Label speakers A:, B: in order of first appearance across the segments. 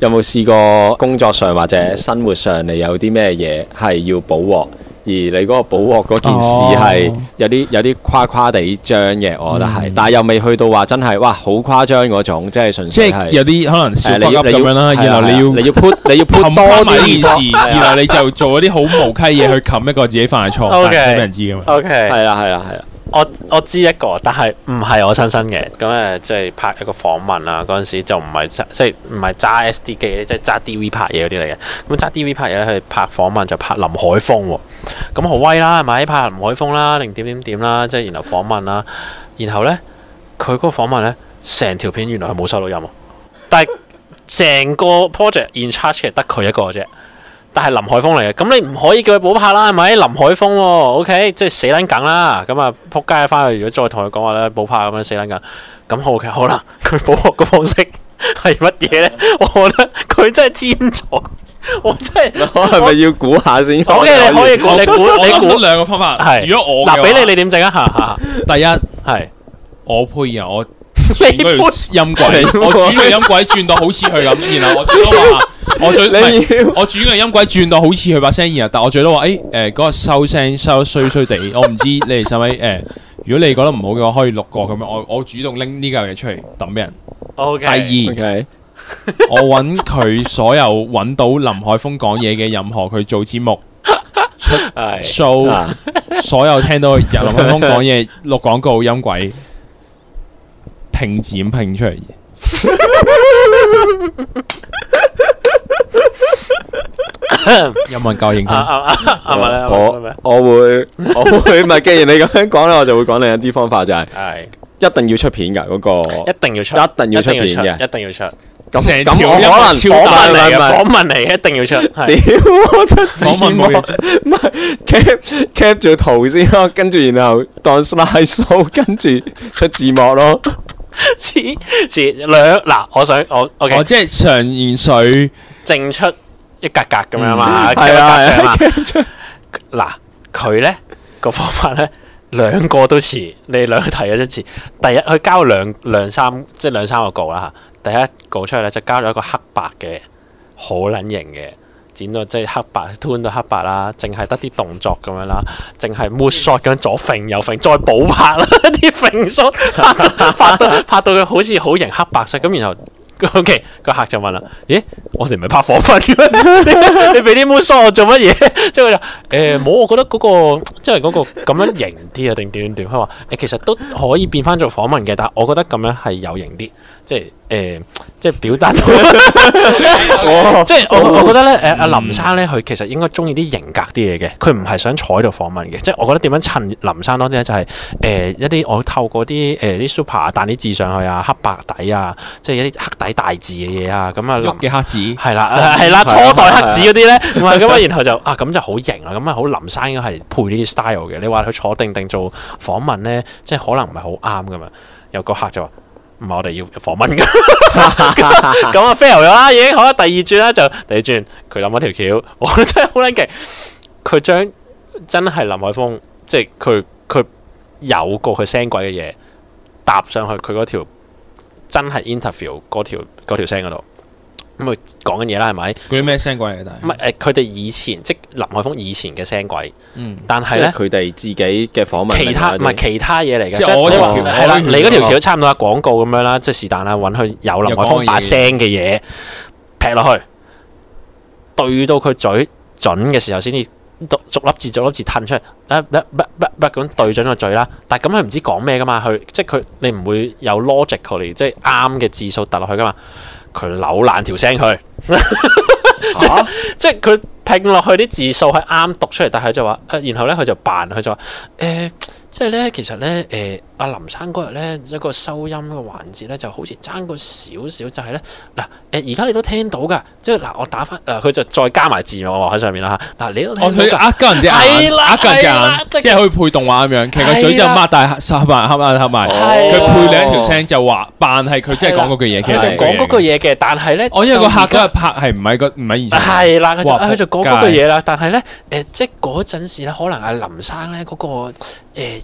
A: 有冇試過工作上或者生活上你有啲咩嘢係要補鑊，而你嗰個補鑊嗰件事係
B: 哦
A: 有啲有啲誇誇地張嘅，我覺得係，但係又未去到話真係哇好誇張嗰種，即係純
B: 即
A: 粹
B: 係
A: 係
B: 有啲可能小
A: 誒
B: 忽
A: 你
B: 咁
A: 要
B: 樣啦，
A: 係啊
B: 然後
A: 係啊
B: 你要
A: 你要 put 你要 put
B: 冚
A: 多
B: 翻埋呢
A: 啲
B: 件事，
A: 鑊
B: 然後你就做嗰啲好無稽嘢去冚一個自己犯 嘅錯，但
C: OK
B: 係冇俾人知噶嘛。
C: O K，
A: 係啦係啦係 啦，
C: 我我知一個，但係唔係我親身嘅。咁誒，即係拍一個訪問啊，嗰陣時就唔係揸，即係唔係揸 SD 機，即係揸 DV 拍嘢嗰啲嚟嘅。咁揸 DV 拍嘢咧，佢拍訪問就拍林海峰喎。咁好威啦，係咪？拍林海峰啦，定點點點啦，即係然後訪問啦，然後咧佢嗰個訪問咧，成條片原來係冇收到音喎。但係成個 project in charge 嘅得佢一個啫。但係林海峰嚟嘅，咁你唔可以叫佢補拍啦，係咪？林海峰喎、o k 即係死撚梗啦，咁啊撲街翻去，如果再同佢講話咧補拍咁樣死撚梗，咁好嘅，好啦，佢補學嘅方式係乜嘢咧？我覺得佢真係天才，我真係
A: 我係咪要估下先？
C: 好嘅，你可以估，你估，
B: 我諗
C: 你
B: 到
C: 估，
B: 兩個方法，
C: 係
B: 如果我
C: 嗱，
B: 嘅
C: 俾
B: 話
C: 你，你點整啊？嚇嚇
B: 第一。
C: 嚇，係
B: 我配 啊，我轉
C: 你
B: 嗰
C: 配
B: 條音
A: 你
B: 軌，
A: 配
B: 我轉個音軌轉到好似佢咁，然後我最 多話，我最唔係
A: 你要
B: 我轉個音軌轉到好似佢把聲，然後但我最多話，誒誒嗰個收聲收得衰衰地，我唔知你哋使唔使誒？如果你覺得唔好嘅話，可以錄過咁樣，我我主動拎呢嚿嘢出嚟抌俾人。
C: ，OK，
B: 第二，
A: OK
B: 我揾佢所有揾到林海峰講嘢嘅任何佢做節目
C: 係
B: show，
A: 啊
B: 所有聽到林海峰講嘢錄廣告音軌，拼字咁拼出嚟。有冇人夠認
C: 啊
B: 真？
C: 啊啊啊！問咧，問
A: 我
C: 咧，
A: 我會我會咪既然你咁樣講咧，我就會講另一啲方法就係
C: 係
A: 一定要出片㗎嗰個
C: 一。定要出，
A: 一定要出片嘅
C: 一定要出。
A: 咁
B: 成
A: 咁
B: 條
A: 我
B: 音
A: 可能
B: 超
C: 訪
B: 大
C: 問嚟嘅，
A: 咪
C: 訪問嚟嘅，一定要出。係
A: 屌，我出字
B: 訪問冇
A: 幕
B: 嘢
A: 唔
B: 出，
A: 係 cap cap 住圖先咯，跟住然後當 slide show，跟 住出字幕咯。
C: 黐黐兩嗱，我想我 OK
B: 我即係常鹽水，
C: 淨出一格格咁樣嘛，啊
A: 嗯
C: 一格格嘛。
A: cap 出
C: 嗱，佢咧個方法咧兩個都似，你兩個提咗一次。第一，佢交兩兩三即係兩三個稿啦嚇。第一稿出嚟咧就交咗一個黑白嘅，好撚型嘅，剪到即係黑白，turn 到黑白啦，淨係得啲動作咁樣啦，淨係 m o o shot 咁樣左揈右揈，再補拍啦，啲揈 shot 拍到拍到拍到佢好似好型黑白色咁，然後。O.K. 個客就問啦：咦，我哋唔係拍訪問嘅咩？你俾啲 m o o shot 我做乜嘢？ 即係佢就誒冇，我覺得嗰、個即係嗰個咁樣型啲啊，定點點點。佢話誒其實都可以變翻做訪問嘅，但係我覺得咁樣係有型啲，即係誒、即係表達到，
A: 我
C: 即係我我覺得咧誒阿林生咧，佢其實應該中意啲型格啲嘢嘅，佢唔係想坐喺度訪問嘅，即係我覺得點樣襯林生多啲咧，就係、誒、一啲我透過啲誒啲 super 彈啲字上去啊，黑白底啊，即係一啲黑底大字嘅嘢啊，咁啊林
B: 喐嘅黑子，
C: 係啦，係啦，初
A: 係啊
C: 代黑子嗰啲咧，唔係咁啊，然後就啊咁就好型啦，咁啊好林生應該係配呢啲 style 嘅。你話佢坐定定做訪問咧，即係可能唔係好啱噶嘛。有個客就話。唔係我哋要 訪問嘅，咁啊 fail 咗啦，已經好啦。第二轉啦，就第二轉，佢諗一條橋，我真係好撚勁。佢將真係林海峰，即係佢佢有過佢聲鬼嘅嘢搭上去佢嗰條真係 interview 嗰條嗰條聲嗰度，咁佢講緊嘢啦，係咪？
B: 嗰啲咩聲鬼嚟嘅？但
C: 唔
B: 係
C: 係，誒，佢哋以前即林海峰以前嘅聲鬼，
B: 嗯，
C: 但係
A: 係咧，
C: 咧
A: 佢哋自己嘅訪問嚟㗎，
C: 其他唔係其他嘢嚟嘅，
B: 即係我
C: 你
B: 條
C: 話
B: 橋
C: 係啦，
B: 我
C: 你
B: 條
C: 嗰
B: 橋
C: 條橋差唔多係廣告咁樣啦，即係是但啦，揾佢有林海峰把聲嘅嘢劈落去，對到佢嘴準嘅時候先至。逐逐粒字逐粒字褪出嚟，啊啊啊啊啊咁對準個嘴啦。但係咁佢唔知講咩噶嘛，佢即係佢你唔會有 logically 即係啱嘅字數突落去噶嘛。佢扭爛條聲佢，
A: 嚇
C: 即係佢拼落去啲字數係啱讀出嚟，但係佢就話，誒，然後咧佢就扮，佢就話，誒、即係咧，其實咧，誒、阿林生嗰日咧一個收音嘅環節咧，就好似爭個少少，就係咧，嗱，呃誒而家你都聽到㗎，即係嗱，我打翻，嗱，佢就再加埋字幕喎喺上面啦嚇，嗱，你都
B: 哦，
C: 聽到
B: 佢
C: 㗎，
B: 呃鳩人隻
C: 係
B: 眼，
C: 啦
B: 呃鳩人隻
C: 係啦即
B: 眼，
C: 係
B: 即係可以配動畫咁樣，其實個嘴就
C: 係啦
B: 擘大合埋合埋合埋，
C: 係
B: 佢
C: 啦
B: 配你一條聲就話扮係佢真係講嗰句嘢，其
C: 佢
B: 實
C: 就
B: 係
C: 講嗰句
B: 嘢。
C: 嘢嘅，但係咧，
B: 我因為
C: 就
B: 個客
C: 而家
B: 嗰日拍係唔喺個唔喺現場。
C: 係啦，佢就
B: 哇
C: 佢就
B: 仆
C: 講嗰句
B: 街
C: 嘢啦，但係咧誒，即係嗰陣時咧，可能阿林生咧嗰、個、誒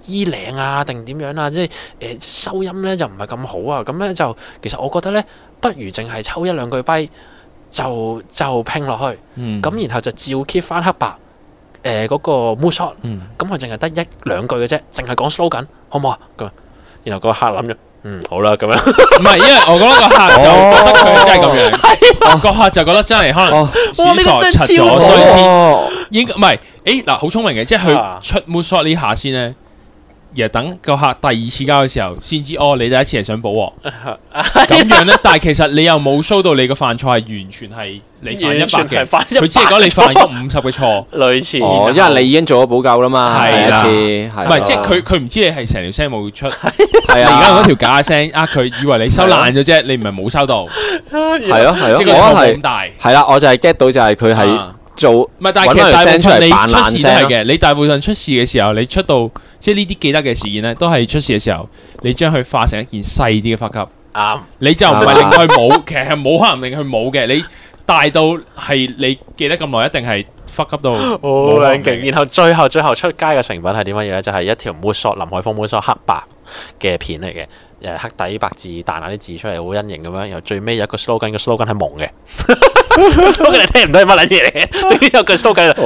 C: 衣領啊，定點樣啊，即係誒、收音咧就唔係咁好啊，咁咧就其實我覺得咧，不如淨係抽一兩句跛，就就拼落去，
B: 嗯，
C: 咁然後就照 keep 翻黑白誒嗰個 mood shot。
B: 嗯，
C: 咁佢淨係得一兩句嘅啫，淨係講 slogan，好唔好啊？咁樣，然後個客諗咗，嗯，好啦，咁樣，
B: 唔係，因為我覺得個客就覺得佢真係咁樣，個客就覺得真係可能
A: 哦
B: 屎
C: 哇呢個
B: 傻
C: 真係
B: 柒
C: 超
B: 咗，所以先
A: 哦，
B: 應該唔係，誒嗱，好聰明嘅，即係
C: 啊
B: 佢出 mood shot 呢下先咧，而係等個客第二次交嘅時候先知，哦，你第一次係想補 鑊，咁樣咧，但係其實你又冇 show 到你個犯錯係完全係你犯一
C: 完全
B: 百
C: 係
B: 嘅，
C: 犯一百
B: 佢只係講你犯咗五十 嘅錯，
C: 類似，
A: 哦，因為你已經做咗補救啦嘛，
B: 係啦
A: 第一次，
B: 唔
A: 係
B: 係
A: 啦
B: 即
C: 啊
B: 係佢佢唔知你係成條聲冇 出，
A: 係
B: 你而家
A: 啊，
B: 嗰條假聲呃佢，以為你收爛咗啫，你唔係冇收到，
A: 係咯係咯，
B: 即係個
A: 我
B: 錯冇
A: 係
B: 咁大。
A: 係啦，我就係 get 到就係佢係
B: 啊
A: 做
B: 唔係，但係
A: 搵
B: 其實
A: 翻條
B: 大部
A: send 出嚟
B: 分你
A: 扮
B: 出
A: 爛
B: 事都
A: 聲
B: 係
A: 咯
B: 嘅，你大部分出事嘅時候，你出到即係呢啲記得嘅事件咧，都係出事嘅時候，你將佢化成一件細啲嘅忽級，
C: 啱，
B: 你就唔係令佢 冇，其實係冇可能令佢冇嘅，你大到係你記得咁耐，一定係忽級到冇
C: 好
B: 可能
C: 靚
B: 嘅
C: 勁。然後最後最後出街嘅成品係點乜嘢咧？就係一條 mood shot 林海峰 mood shot 黑白嘅片嚟嘅，誒黑底白字彈下啲字出嚟，好陰型咁樣。然後最尾有一個 slogan，個 slogan 係蒙嘅個，slogan 你聽唔到係乜撚嘢嚟嘅，總之有句 slogan 就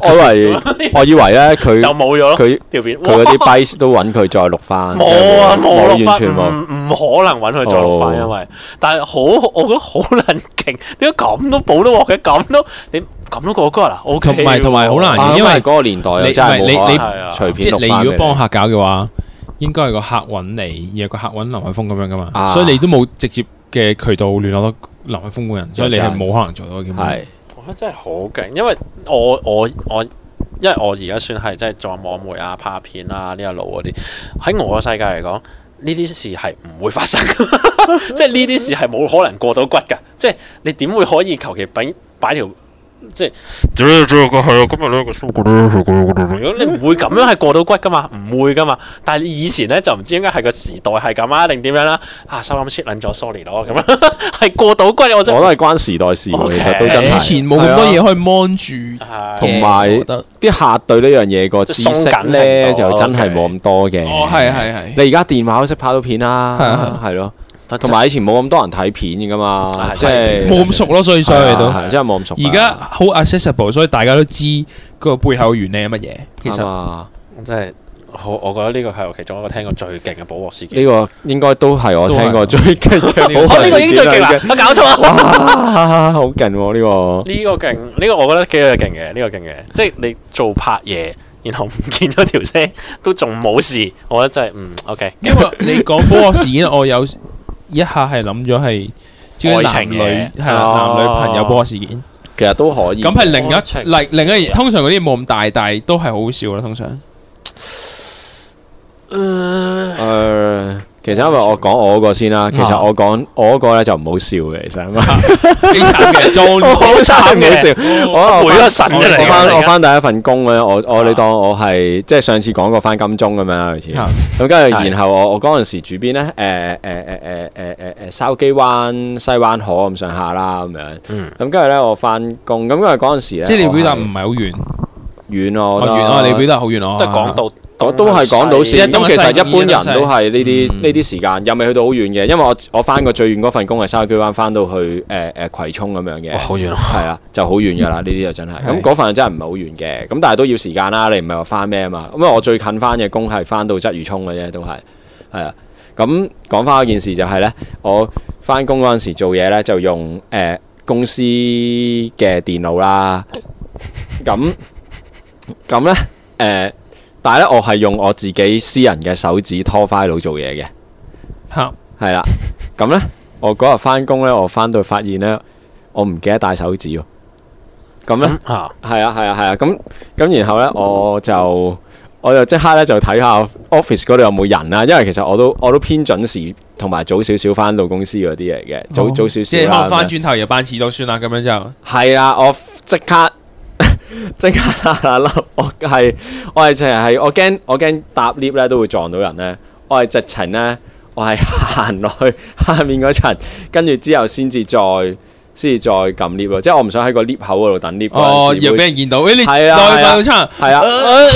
A: 哦，我以為我以為咧佢
C: 就冇咗咯。
A: 佢
C: 條片
A: 佢嗰啲 base 都揾佢再錄翻，
C: 冇啊，冇
A: 冇完
C: 錄翻，
A: 全冇。
C: 唔唔可能揾佢再錄翻，
A: 哦
C: 因為但係好，我覺得好撚勁，點解咁都補得鑊嘅？咁都你咁都過歌啦，O K，
B: 同埋同埋好難
A: 啊
B: 因為
A: 嗰個年代
B: 你
A: 又真係
B: 唔係你
A: 冇可
B: 你
A: 能隨
B: 即
A: 便
B: 係
A: 錄
B: 你
A: 翻
B: 如果幫客搞嘅話，應該係個客揾你，而係個客揾林海峰咁樣噶嘛，
A: 啊
B: 所以你都冇直接嘅渠道聯絡到林海峰個人，所以你係
A: 又真係
B: 冇可能做到嘅。基本上
A: 係
C: 我覺得真係好勁，因為我我我，因為我而家算係即係做網媒啊、拍片啊呢一路嗰啲，喺我嘅世界嚟講，呢啲事係唔會發生，即係呢啲事係冇可能過到骨㗎，即係你點會可以求其擺擺條即係
D: 屌你最個係啊！今日呢個蘇格咧，蘇格嗰度
C: 如果你唔會咁樣係過到骨噶嘛，唔會噶嘛。但係以前咧就唔知點解係個時代係咁啊，定點樣啦？啊，收諗 shit 撚咗，sorry 咯，咁樣係過到骨，我真
A: 我都係
C: 係
A: 關時代事喎，
C: OK
A: 其實都真
B: 以
A: 係。
B: 前冇咁多嘢可以 mon 住
C: 係
A: 同
B: 嘅，
A: 埋
B: 我覺得
A: 啲客對呢樣嘢個知
C: 即係鬆
A: 識
C: 緊
A: 咧，
C: 程度
A: 就真係
C: OK
A: 冇咁多嘅。
B: 哦，係係係。
A: 你而家電話都識拍到片啦，
B: 係
A: 係咯。同埋以前冇咁多人睇片噶嘛
C: 啊，
A: 即
C: 係
A: 係
B: 冇咁熟咯，所以所以都
A: 啊係真係冇咁熟㗎。
B: 而家好 accessible，所以大家都知個背後原理係乜嘢。其
A: 啱
B: 實
A: 啊
C: 真係好，我覺得呢個係我其中一個聽過最勁嘅保鑊事
A: 呢。
C: 件
A: 個應該都係我聽過最勁嘅。
C: 哦，呢個已經 最勁啦！我搞錯啊！
A: 哇好勁喎呢個！
C: 呢個勁，呢個我覺得幾個勁嘅，呢個勁嘅，即係你做拍嘢，然後唔見咗條聲都仲冇事，我覺得真係嗯 OK。
B: 因為你講波事件，我有一下係諗咗係即係
C: 愛
B: 男
C: 情
B: 女
C: 嘢
B: 係啦
A: 哦
B: 男女朋友波事件，
A: 其實都可以。
B: 咁係另
C: 愛情
B: 一例另一樣通常嗰啲冇咁大，但係都係好笑啦。通常
C: 誒
A: 誒，其實因為我講我嗰個先啦，其實我講我嗰個咧就唔好笑嘅，其實
B: 幾慘 嘅 John，
C: 好慘
A: 唔好笑
C: 嘅，。
A: 我
C: 回咗神出嚟
A: 我
C: 㗎。
A: 翻
C: 突然
A: 我
C: 間
A: 翻第一份工咧，我我
C: 啊
A: 你當我係即係上次講過翻金鐘咁樣啦，類似
B: 啊。
A: 咁跟住
C: 係
A: 然後我我嗰陣時住邊咧？誒誒誒誒誒誒筲箕灣西灣河咁上下啦，咁樣。
C: 嗯
A: 咁跟住咧，我翻工，咁因為嗰陣時咧，
B: 即係你表達
A: 我
B: 唔係好遠，
A: 係遠咯，
B: 哦
A: 我覺得
B: 遠哦，你表達好遠哦，
C: 都係講到
A: 我都係講到
C: 東西
A: 線，
B: 即係東
A: 咁
B: 西
A: 其實一般人都係呢啲
B: 嗯
A: 呢啲時間，又未去到好遠嘅，因為我我翻過最遠嗰份工係筲箕灣，翻到去誒誒葵涌咁樣嘅
C: 哇，。好遠啊！
A: 係啦，就好遠噶啦，呢啲就真係。
B: 係
A: 咁嗰份真係唔係好遠嘅，咁但係都要時間啦。你唔係話翻咩啊嘛？咁啊，我最近翻嘅工係翻到鰂魚涌嘅啫，都係係啊。咁講翻嗰件事就係呢，我翻工嗰陣時做嘢呢，就用誒、呃公司嘅電腦啦。咁咁呢，誒、呃但係呢，我係用我自己私人嘅手指拖 file 做嘢嘅。
B: 嚇
A: 系啦，咁呢，我嗰日翻工呢，我翻到發現呢，我唔記得帶手指喎。咁呢，
C: 咁 啊，
A: 係啊，係啊，係啊，咁咁然後呢，我就我就即刻呢，就睇下 office 嗰度有冇人啦，因為其實我都我都偏準時同埋早少少翻到公司嗰啲嚟嘅，早早少少
B: 哦即係可
A: 啦
B: 能翻
A: 咁樣
B: 轉頭又班次都算啦，咁樣就
A: 係啦，我即刻 即刻啦啦，我係我係淨係我驚我驚搭 lift 咧都會撞到人咧，我係直情咧，我係行落去 下面嗰層，跟住之後先至再先至再撳 lift 咯，即係我唔想喺個 lift 口嗰度等 lift
B: 哦，
A: 嗰陣時
B: 又
A: 會
B: 俾人見到，誒你
A: 係啊
B: 內
A: 係啊
B: 賣餐
A: 係啊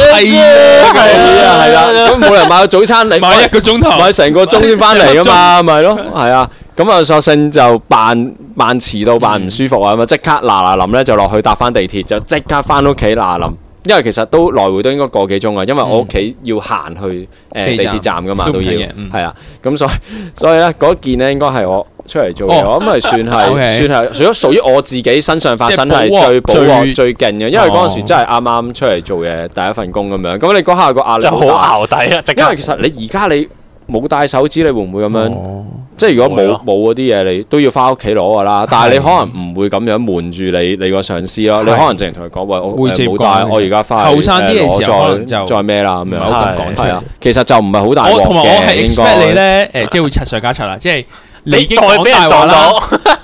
B: 係啊
A: 係啊係啦，咁冇人買到早餐你
B: 買一個鐘頭。
A: 買成個鐘先翻嚟噶嘛，咪係咯，係啊。咁啊，索性就扮扮遲到，扮唔舒服啊，咁啊，即刻嗱嗱臨咧就落去搭翻地鐵，就即刻翻屋企嗱嗱臨。因為其實都來回都應該個幾鐘啊，因為我屋企要行去誒、呃
B: 地
A: 地
B: 鐵
A: 鐵站噶嘛，
B: 都唔
A: 都要
B: 使嘅嗯
A: 係啊，咁所以所以咧嗰件咧應該係我出嚟做嘅，
B: 哦
A: 我諗係算
B: OK
A: 係算係屬屬於我自己身上發生係
B: 即係補鑊
A: 最補鑊
B: 最
A: 最勁嘅，因為嗰陣時
B: 哦
A: 真係啱啱出嚟做嘢第一份工咁樣，咁你嗰下個壓力
C: 就好
A: 大啊
C: 淆底啊啦，即
A: 因
C: 刻
A: 為其實你而家你冇帶手指，你會唔會咁樣？
B: 哦
A: 即係如果
C: 會
A: 冇
C: 咯
A: 冇嗰啲嘢，你都要翻屋企攞噶啦。但係你可能唔會咁樣瞞住你你個上司咯。你
B: 係
A: 可能直情同佢講喂，我
B: 會直
A: 誒
B: 接
A: 冇
B: 講
A: 帶，
B: 嘅
A: 我而家翻
B: 後生啲嘅時候可能
A: 再
B: 就
A: 再咩啦咁
B: 唔係
A: 樣。
B: 好咁講出
A: 係
B: 嚟
A: 啊。，其實就唔係好大鑊
B: 我同埋我
A: 嘅，
B: 係
A: 應
B: expect 你
A: 該
B: 咧，誒，即係會擦上加擦啦，即係
C: 你
B: 已經
C: 再俾人
B: 講大話
C: 撞
B: 啦，
C: 到，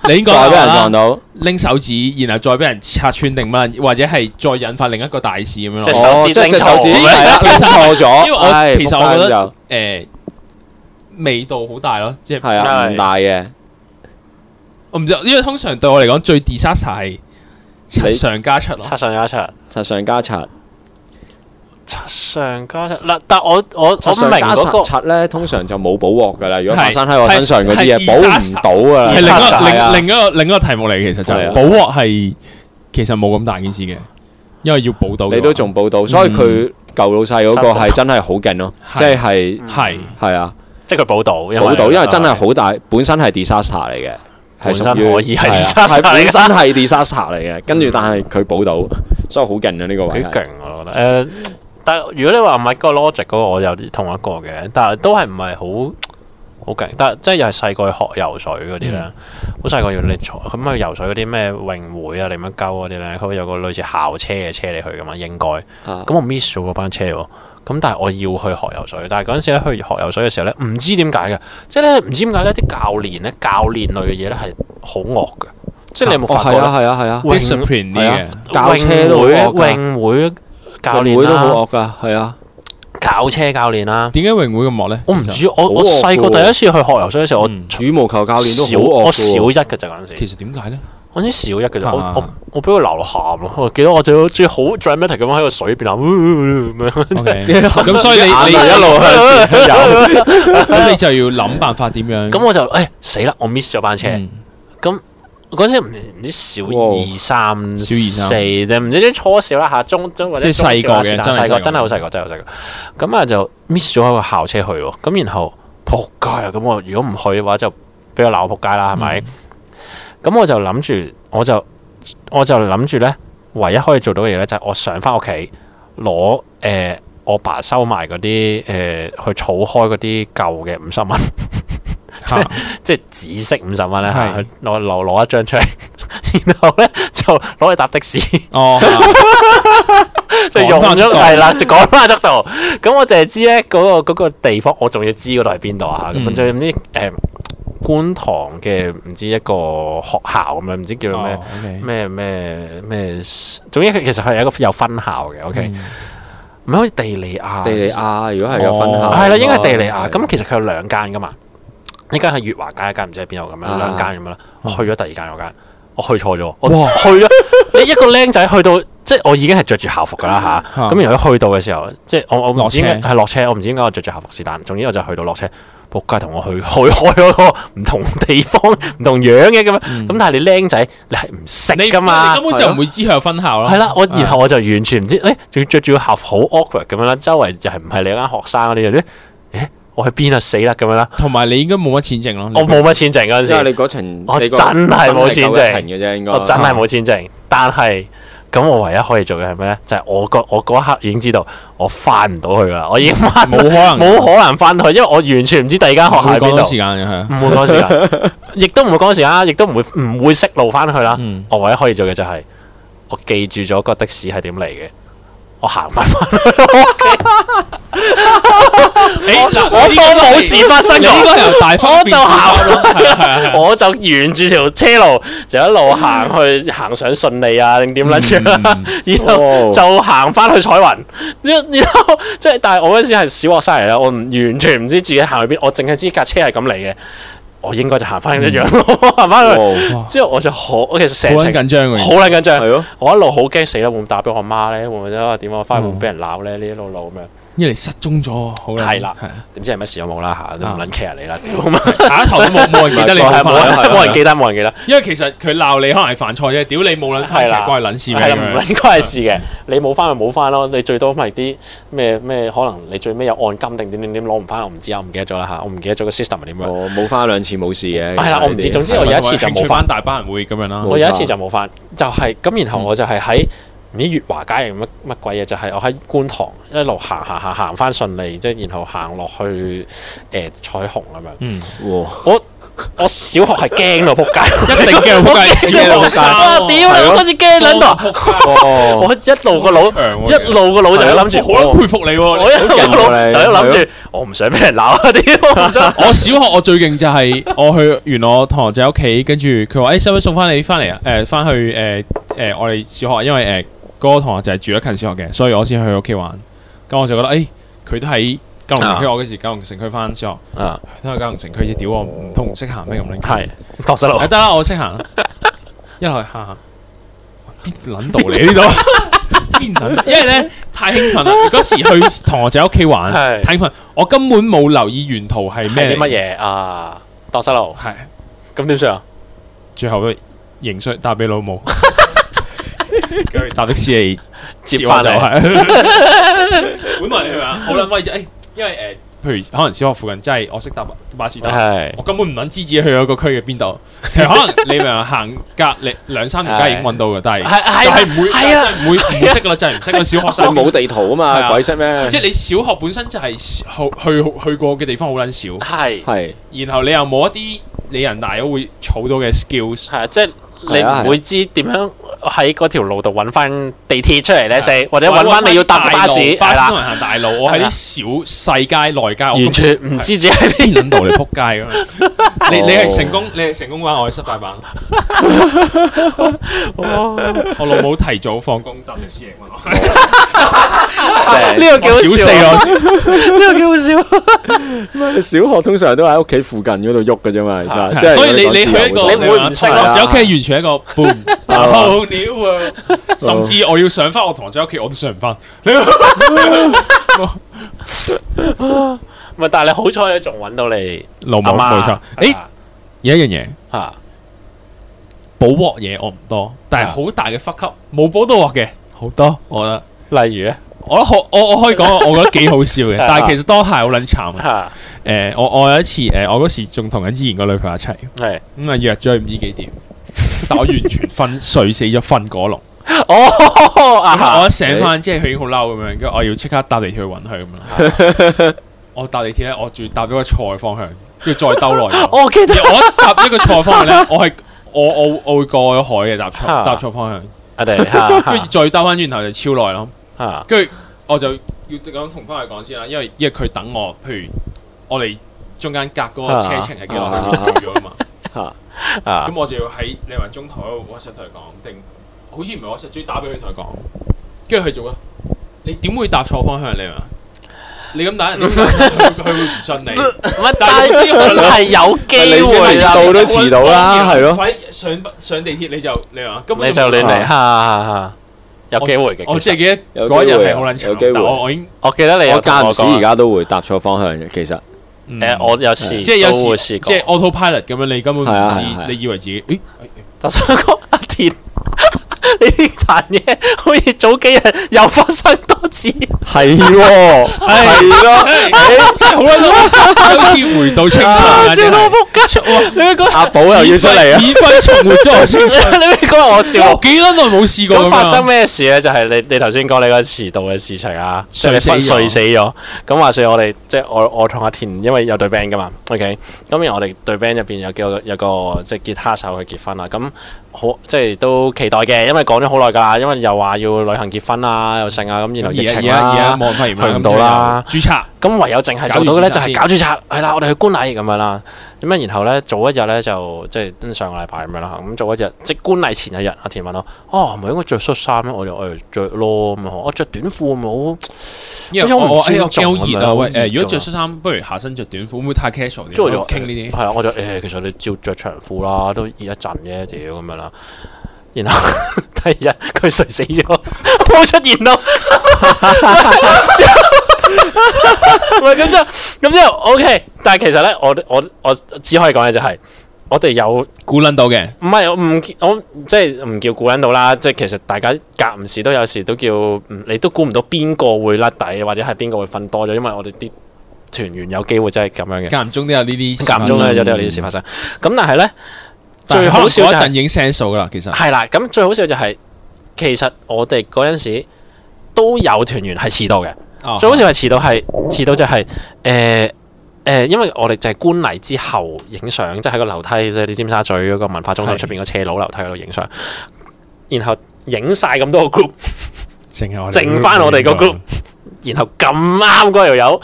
B: 你已經講
A: 再俾
B: 大
A: 人
B: 話啦
A: 撞到。
B: 拎手指，然後再俾人拆穿定乜，或者係再引發另一個大事咁樣
C: 隻
B: 咯。
C: 手
A: 哦
C: 指
A: 即係隻
C: 拎
A: 手
C: 錯
A: 指
B: 咗
A: 係啦，拎錯咗。
B: 因為我
A: 唉
B: 其實我覺得
A: 仆街就
B: 誒味道好大咯，即係
A: 係啊，唔
C: 係
A: 大嘅。
B: 我唔知，因為通常對我嚟講最 disaster 係擦
A: 你
B: 上加擦咯。
C: 擦上加擦，
A: 擦上加擦，
C: 擦上加擦嗱，但我我我
A: 擦
C: 唔
A: 上
C: 明
A: 加
C: 嗰
A: 擦
C: 個
A: 擦咧，通常就冇補鑊噶啦。如果發
B: 係
A: 生喺我身上嗰啲嘢，
B: 係係
A: 補唔到啊。
B: 係另一
C: 個
A: 係啊
B: 個另另一個另一個題目嚟嘅，其實就
A: 係
B: 係
A: 啊
B: 補鑊係其實冇咁大件事嘅，因為要補到嘅話
A: 你都仲報到，所以佢
C: 嗯
A: 舊老細嗰個係真係好勁咯，
B: 係
A: 即係
B: 係
A: 係啊，
C: 即係佢補到，
A: 報到，因為真係好大，本身係 disaster 嚟嘅，係
C: 啊本身
A: 屬於
C: 可以係
A: 係啊
C: disaster
A: 係本
C: 嚟㗎
A: 身係 disaster 嚟嘅，跟住但係佢報到， 所以好勁啊呢個位
C: 幾
A: 係。
C: 勁啊我覺得。誒，但係如果你話唔係個 logic 嗰個，我有啲同一個嘅，但係都係唔係好好勁。但係即係又係細個去學游水嗰啲
A: 嗯
C: 咧，好細個要你坐咁去啊游水嗰啲咩泳會啊、你乜鳩嗰啲咧，佢會有個類似校車嘅車你去噶嘛，應該。
A: 啊
C: 咁我 miss 咗嗰班車喎。咁但係我要去學游水，但係嗰陣時咧去學游水嘅時候咧，唔知點解嘅，即係咧唔知點解咧啲教練咧教練類嘅嘢咧係好惡嘅，即係你有冇
A: 哦
C: 發
A: 係
C: 覺
A: 啊係啊係啊，
C: 泳
B: discipline 啲
A: 係
B: 嘅
A: 啊。教車都好
C: 會
A: 惡㗎，
C: 泳會
A: 泳
C: 教練啊
A: 會都好
C: 啦，
A: 惡㗎，係啊，
C: 教車教練啦。
B: 點解榮會咁惡咧？
C: 我唔知，我我
A: 好惡
C: 細個
A: 㗎
C: 第一次去學游水嘅時候，我
B: 嗯
A: 羽毛球教練都
C: 小
A: 好惡
C: 我
A: 㗎
C: 小
A: 喎
C: 一嘅就嗰陣時，
B: 其實點解咧？
C: 我先小一嘅就我
B: 啊
C: 我我俾佢流喊咯。我記得我最好最好 dramatic 咁樣喺個水邊喊，咁樣
B: OK，咁所以你
A: 眼
B: 你
A: 淚一路向前游，
B: 咁你就要諗辦法點樣。
C: 咁我就誒死啦！我 miss 咗班車。
B: 嗯
C: 嗰陣時唔唔知小
A: 哇
C: 二三
B: 小二三
C: 四啫，唔知初小啦下中中或者
B: 即係細個嘅
C: 中小啦
B: 真係
C: 但細
B: 細
C: 個
B: 個
C: 真係好細個，真係好細個。咁啊就 miss 咗一個校車去喎，咁然後仆街啊！咁我如果唔去嘅話，就俾我鬧仆街啦，係咪？
B: 嗯
C: 咁我就諗住，我就我就諗住咧，唯一可以做到嘅嘢咧，就係我上翻屋企攞誒我爸收埋嗰啲誒去儲開嗰啲舊嘅五十蚊。
B: 嚇
C: 即係紫色五十蚊咧，
B: 係
C: 攞攞攞一張出嚟， 然後咧就攞去搭的士， 就
B: 哦，
C: 用
B: 返
C: 咗
B: 速度
C: 係啦，就趕翻速度。咁我淨係知咧嗰個嗰個地方，我仲要知嗰度係邊度啊？
B: 嗯
C: 咁就唔知誒觀塘嘅唔知一個學校咁樣，唔知叫做咩
B: 哦，OK
C: 咩咩咩，總之佢其實係有一個有分校嘅。OK，
B: 嗯
C: 唔係好似地利亞，
A: 地利亞如果係有分校，
B: 哦
C: 係啦，應該係地利亞。咁其實佢有兩間噶嘛，一間係月華街，一間唔知喺邊度咁樣，
A: 啊
C: 兩間咁樣啦。我去咗第二間嗰間，我去錯咗，我
B: 哇
C: 去咗。你一個僆仔去到，即係我已經係着住校服噶啦吓。
B: 啊
C: 咁然後一去到嘅時候，即係我我唔
B: 落
C: 知點
B: 車
C: 解係落車，我唔知點解我着住校服是但。總之我就去到落車，仆街同我去去開嗰個唔同地方、唔同樣嘅咁樣。
B: 嗯
C: 咁但係你僆仔你係唔識
B: 你
C: 噶嘛
B: 你？根本就唔會知佢有分校咯。
C: 係啦，我然後我就完全唔知，誒，仲要着住個校服好 awkward 咁樣啦，周圍又係唔係你嗰間學生嗰啲人咧？誒，我喺邊啊？死啦咁樣啦，
B: 同埋你應該冇乜錢剩咯。
C: 我冇乜錢剩嗰陣
A: 即係
C: 時，
A: 你嗰程，
C: 我
A: 你個
C: 真係冇錢
A: 真係夠一
C: 剩
A: 程嘅啫，應該
B: 哦
C: 我真係冇錢
B: 啊
C: 剩。但係咁，我唯一可以做嘅係咩咧？就係我個我嗰一刻已經知道我翻唔到去啦，我已經翻
B: 冇可能，
C: 冇可能翻去，因為我完全唔知第二間學
B: 唔
C: 校
B: 會
C: 喺
B: 講到
C: 邊
B: 時
C: 度，
B: 間嘅係啊。
C: 唔會趕時間， 亦都唔會趕時間啦，亦都唔會唔會識路翻去啦。
B: 嗯，
C: 我唯一可以做嘅就係我記住咗個的士係點嚟嘅，我行翻翻。
B: 誒嗱，
C: 我當冇事發生
B: 你呢
C: 過，
B: 個由大方
C: 我就行
B: 咯，係啊係啊係啊
C: 我就沿住條車路就一路行去行上順利啊，定點撚住啦，
B: 嗯
C: 然後
A: 哦
C: 就行翻去彩雲，然然後即係但係我嗰陣時係小學生嚟啦，我唔完全唔知自己行去邊，我淨係知架車係咁嚟嘅，我應該就行翻一樣路行翻去。
A: 哇
C: 之後我就好，我其實
B: 好
C: 成
B: 撚
C: 程
B: 緊張嘅。
C: 好撚緊張
A: 係，咯。
C: 我一路好驚死啦，會唔會打俾我媽咧？會唔會啊點啊？翻去會唔會俾人鬧咧？呢一路路咁樣，
B: 一嚟失蹤咗，好啦，
C: 係啦
B: 係啊
C: 點知係乜事都冇啦嚇，都唔撚 care 你啦，屌
B: 打頭都冇冇人記得你冇
C: 係冇人
B: 翻，
C: 冇人記得，冇人記得，
B: 因為其實佢鬧你可能係犯錯啫，屌你冇撚翻，
C: 係啦
B: 關你撚事咩
C: 係啦，唔
B: 咁樣？嗯
C: 撚關事嘅，你冇翻咪冇翻咯，你最多咪啲咩咩，可能你最尾有按金定點點點攞唔翻，我唔知啊，我唔記得咗啦嚇，我唔記得咗個 system 係點樣。
A: 我冇翻兩次冇事嘅。
C: 係啦我唔知總之我有一次就冇
B: 興
C: 返
B: 趣班大班人會咁樣啦
A: 冇，
C: 我有一次就冇翻，就係、咁，
B: 嗯
C: 然後我就係喺唔知月華街定乜乜鬼嘢，就係、我喺觀塘一路行行行行翻順利，即係然後行落去誒、呃彩虹咁樣。
B: 嗯，
A: 哇
C: 我我小學係驚到仆街，
B: 一定驚到仆街
C: 我
B: 死啦
C: 我
B: 老生
C: 啊屌你！
A: 係咯
C: 我嗰次驚撚到啊，
A: 哦
C: 我一路個腦
B: 強喎
C: 一路個腦就係諗住
B: 我好
C: 我。
B: 佩服你
C: 我
B: 喎。
C: 一路個腦就一
A: 好勁喎你
C: 諗住，我唔想俾人鬧啊！ 屌，我唔想
B: 我小學我最勁就係 我去完我同學仔屋企，跟住佢話：誒，使唔使送翻你翻嚟啊？誒，翻去誒誒，我哋小學，因為誒嗰個同學就係住得近小學嘅，所以我先去佢屋企玩。咁我就覺得誒，佢都喺九龍城區，
C: 啊
B: 我嗰時九龍城區翻小學。
C: 啊，
B: 睇下九龍城區啫，屌我唔通唔識行咩咁撚
C: 係蕩失路
B: 啊，得啦，我識行 啦，一落去行行，邊撚到你呢度？ 邊撚？因為咧太興奮啦！嗰時去同學仔屋企玩，
C: 係
B: 太興奮，我根本冇留意沿途係
C: 係
B: 咩
C: 啲乜，嘢啊？蕩失路，
B: 係
C: 咁點算啊？
B: 最後都認衰，打俾老母， 跟住搭的士嚟
C: 接翻嚟。
B: 係。 本來你係咪啊？好撚威啫！誒，因為誒，譬如可能小學附近真係我識搭巴士搭。
C: 係
B: 我根本唔撚知自己去咗個區嘅邊 度，其實可能你咪行隔離兩三條街已經揾到嘅，但係
C: 係係
B: 就係唔會，
C: 係啊
B: 真係唔會唔識噶啦，真係唔識啦，小學
A: 你
B: 生
A: 冇地圖啊
B: 係啊
A: 嘛，鬼識咩？
B: 即係你小學本身就係去去去過嘅地方好撚少，
C: 係
A: 係
B: 然後你又冇一啲你人大咗會儲到嘅 skills，
C: 係啊，即係你唔會知點樣喺嗰條路度揾翻地鐵出嚟咧，四或者揾翻你要搭嘅巴士，
B: 巴
C: 係
B: 士
C: 啦
B: 都，係行大路，我喺啲小細街內街，我
C: 完全唔知自己喺邊。
B: 邊撚度你撲 街咁樣。你你係成功，你係成功版，我係失敗 版。我老母提早放工搭的士嚟揾 我。
A: 正
C: 呢個幾好
B: 小四
C: 笑啊，
B: 我
C: 呢個幾好笑。
A: 小學通常都喺屋企附近嗰度喐嘅啫嘛，其實即係
B: 所以你
A: 講
B: 你
A: 自
B: 去
A: 由
B: 一個
A: 活動
C: 你唔會唔識
B: 同
C: 咯
B: 學仔屋企係完全一個 boom
A: 啊
B: whole new world 甚至我要上翻我同學仔屋企我都上唔翻。
C: 唔係，但係你好彩你仲揾到你
B: 老母
C: 阿媽。啊
B: 冇錯。誒有一樣嘢，
C: 嚇
B: 補鑊嘢我唔多，但係好大嘅 fuck up 冇補到鑊嘅好多，我覺得。
C: 例如咧
B: 我覺得好，我我可以講，我覺得幾好笑嘅，
C: 啊
B: 但係其實當下好撚慘嘅。
C: 嚇
B: 誒、呃我我有一次誒、我嗰時仲同緊之前個女朋友一齊，
C: 係
B: 咁啊約咗佢唔知幾點，但我完全瞓睡死咗，瞓過龍。
C: 哦啊
B: 咁
C: 嚇
B: 我一醒翻之後，佢已經好嬲咁樣，跟住我要即刻搭地鐵去揾佢咁樣。 我搭地鐵咧，我仲要搭咗個錯嘅方向，跟住再兜 耐咗。
C: 我記得
B: 而我一搭一個錯嘅方向咧，我係我我我會過咗海嘅，搭錯
C: 啊
B: 搭錯方向，
C: 我哋嚇
B: 跟住
C: 嚇
B: 再兜翻轉頭就超耐咯。
C: 嚇
B: 跟住我就要咁同翻佢講先啦，因為因為佢等我，譬如我哋中間隔嗰個車程係幾耐，
A: 啊
B: 佢咗啊嘛，
C: 啊
B: 咁我就要喺你話中途嗰度 WhatsApp 同佢講，定好似唔係 WhatsApp，最打俾佢同佢講，跟住佢做啊，你點會搭錯方向你啊？你咁打 人，佢佢會唔信你。
C: 唔係，但係
B: 啊
C: 真係有機
A: 你
C: 會啦。
A: 已經嚟到都遲到啦係咯
B: 快上上地鐵你就你話根本
C: 你就亂嚟，
B: 嚟。
C: 哈哈哈！有機會嘅，
B: 啊我即
C: 其
B: 係
C: 實
B: 記得
A: 有
B: 嗰日
A: 機會
B: 係好撚
A: 有
B: 長
A: 機，會
B: 但我我已經
C: 我記得你有
A: 我
C: 同
A: 間唔
C: 我
A: 時
C: 講啊嗯
A: 而家都會搭錯方向嘅，其實
C: 誒，我有時
B: 嗯即係有
C: 都會
B: 時即
C: 試過
B: 係 autopilot 咁樣，你根本唔
A: 係啊係啊係
B: 知，
A: 啊
B: 你以為自己，咦
C: 就想講阿田， 你呢壇嘢好似早幾日又發生多次，
A: 係喎，係 咯。
B: 哎真係好啊撚好似回到青春啊！
C: 笑
B: 真
C: 到
B: 係
C: 仆街！你咪講，
A: 阿寶又要出嚟啊！
B: 以分重活咗我青春，
C: 你咪講我 笑
B: 我。幾撚耐冇試過咁
C: 咁
B: 樣
C: 發生咩事咧？就係你你頭先講你嗰個遲到嘅事情啊，即係你
B: 睡
C: 瞓
B: 死咗
C: 睡死咗。咁話說我哋即係我我同阿田，因為有對 band 噶嘛，OK。咁然後我哋對 band 入邊有個有個即係吉他手去結婚啦。咁好即係都期待嘅，因為講咗好耐㗎啦，因為又話要旅行結婚啊，又剩啊，咁
B: 咁
C: 然後
B: 而
C: 疫
B: 家而
C: 情
B: 家而家
C: 啦。
B: 冇肺炎
C: 去唔到啦，
B: 咁就註冊
C: 咁唯有淨係做到嘅咧就係搞註冊，係啦，我哋去觀禮咁樣啦。咁啊樣然後咧早一日咧就即係上個禮拜咁樣啦。咁早一日即係觀禮前一日，阿田問我：哦，唔係應該着恤衫咩？我就我就著咯咁啊我着短褲冇。
B: 因為我我
C: 好似
B: 哎
C: 好
B: 呀
C: 唔尊
B: 驚
C: 重
B: 好熱啊！
C: 咁
B: 喂
C: 樣好熱
B: 誒，如果着
C: 㗎
B: 恤衫，不如下身着短褲，會唔會太 casual 啲？
C: 之後就
B: 傾呢啲
C: 係啦，我就誒、其實你照着長褲啦，都熱一陣啫，屌咁樣啦。然後第二日佢睡死咗，冇出現咯。之後唔係咁之後，咁之後 OK。但係其實咧，我我我只可以講嘅就係、我哋有唔
B: 估撚到嘅，
C: 係唔我即係唔叫估撚到啦，即係其實大家隔唔時都有時都叫，嗯你都估唔到邊個會甩底，或者係邊個會瞓多咗，因為我哋啲團員有機會真係咁樣嘅，
B: 間唔中都有呢啲
C: 間唔中咧有啲有呢啲事發生。咁但係咧，
B: 嗯但係
C: 最
B: 可能
C: 好笑
B: 嗰
C: 就
B: 一陣已
C: 係
B: 啊經 sense 到㗎啦，其實
C: 係啦，咁最好笑就係、其實我哋嗰陣時都有團員係遲到嘅。
B: 哦
C: 最好笑係遲到係遲到就係誒誒，因為我哋就係觀禮之後影相，即係喺個樓梯，即係啲尖沙咀嗰個文化中心
B: 係
C: 出邊個斜佬樓梯嗰度影相，然後影晒咁多個 group，
B: 淨哦係我哋
C: 剩翻我哋個 group，然後咁啱嗰條友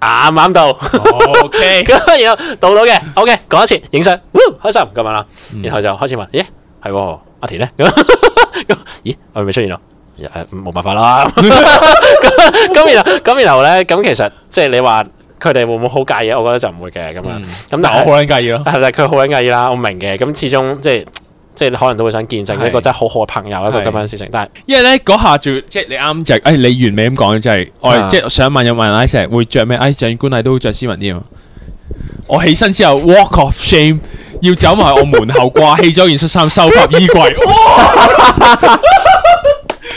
C: 啱啱到，
B: O K，
C: 咁然後到到嘅，OK，講一次影相，woo，開心咁樣啦，
B: 嗯
C: 然後就開始問，咦，係喎，阿田咧咁，咁咦，我哋未出現咯。誒冇辦法啦，咁咁然後咁然後咧，咁其實即係你話佢哋會唔會好介意？我覺得就唔會嘅咁樣。
B: 嗯
C: 咁但
B: 但我好
C: 係
B: 撚介意咯，
C: 但係佢好撚介意啦，我明嘅。咁始終即係即係你可能都會想見證一個
B: 係
C: 真係好好嘅朋友一個
B: 係
C: 咁樣嘅事情。但係
B: 因為咧嗰下仲要即係你啱就係，誒你完美咁講嘅，就係我
C: 啊
B: 係即係想問有冇人 I 成日會着咩？誒鄭官禮都着斯文啲啊！我起身之後 walk off shame，要走埋我門後掛起咗件恤衫，收入衣櫃。哇！哇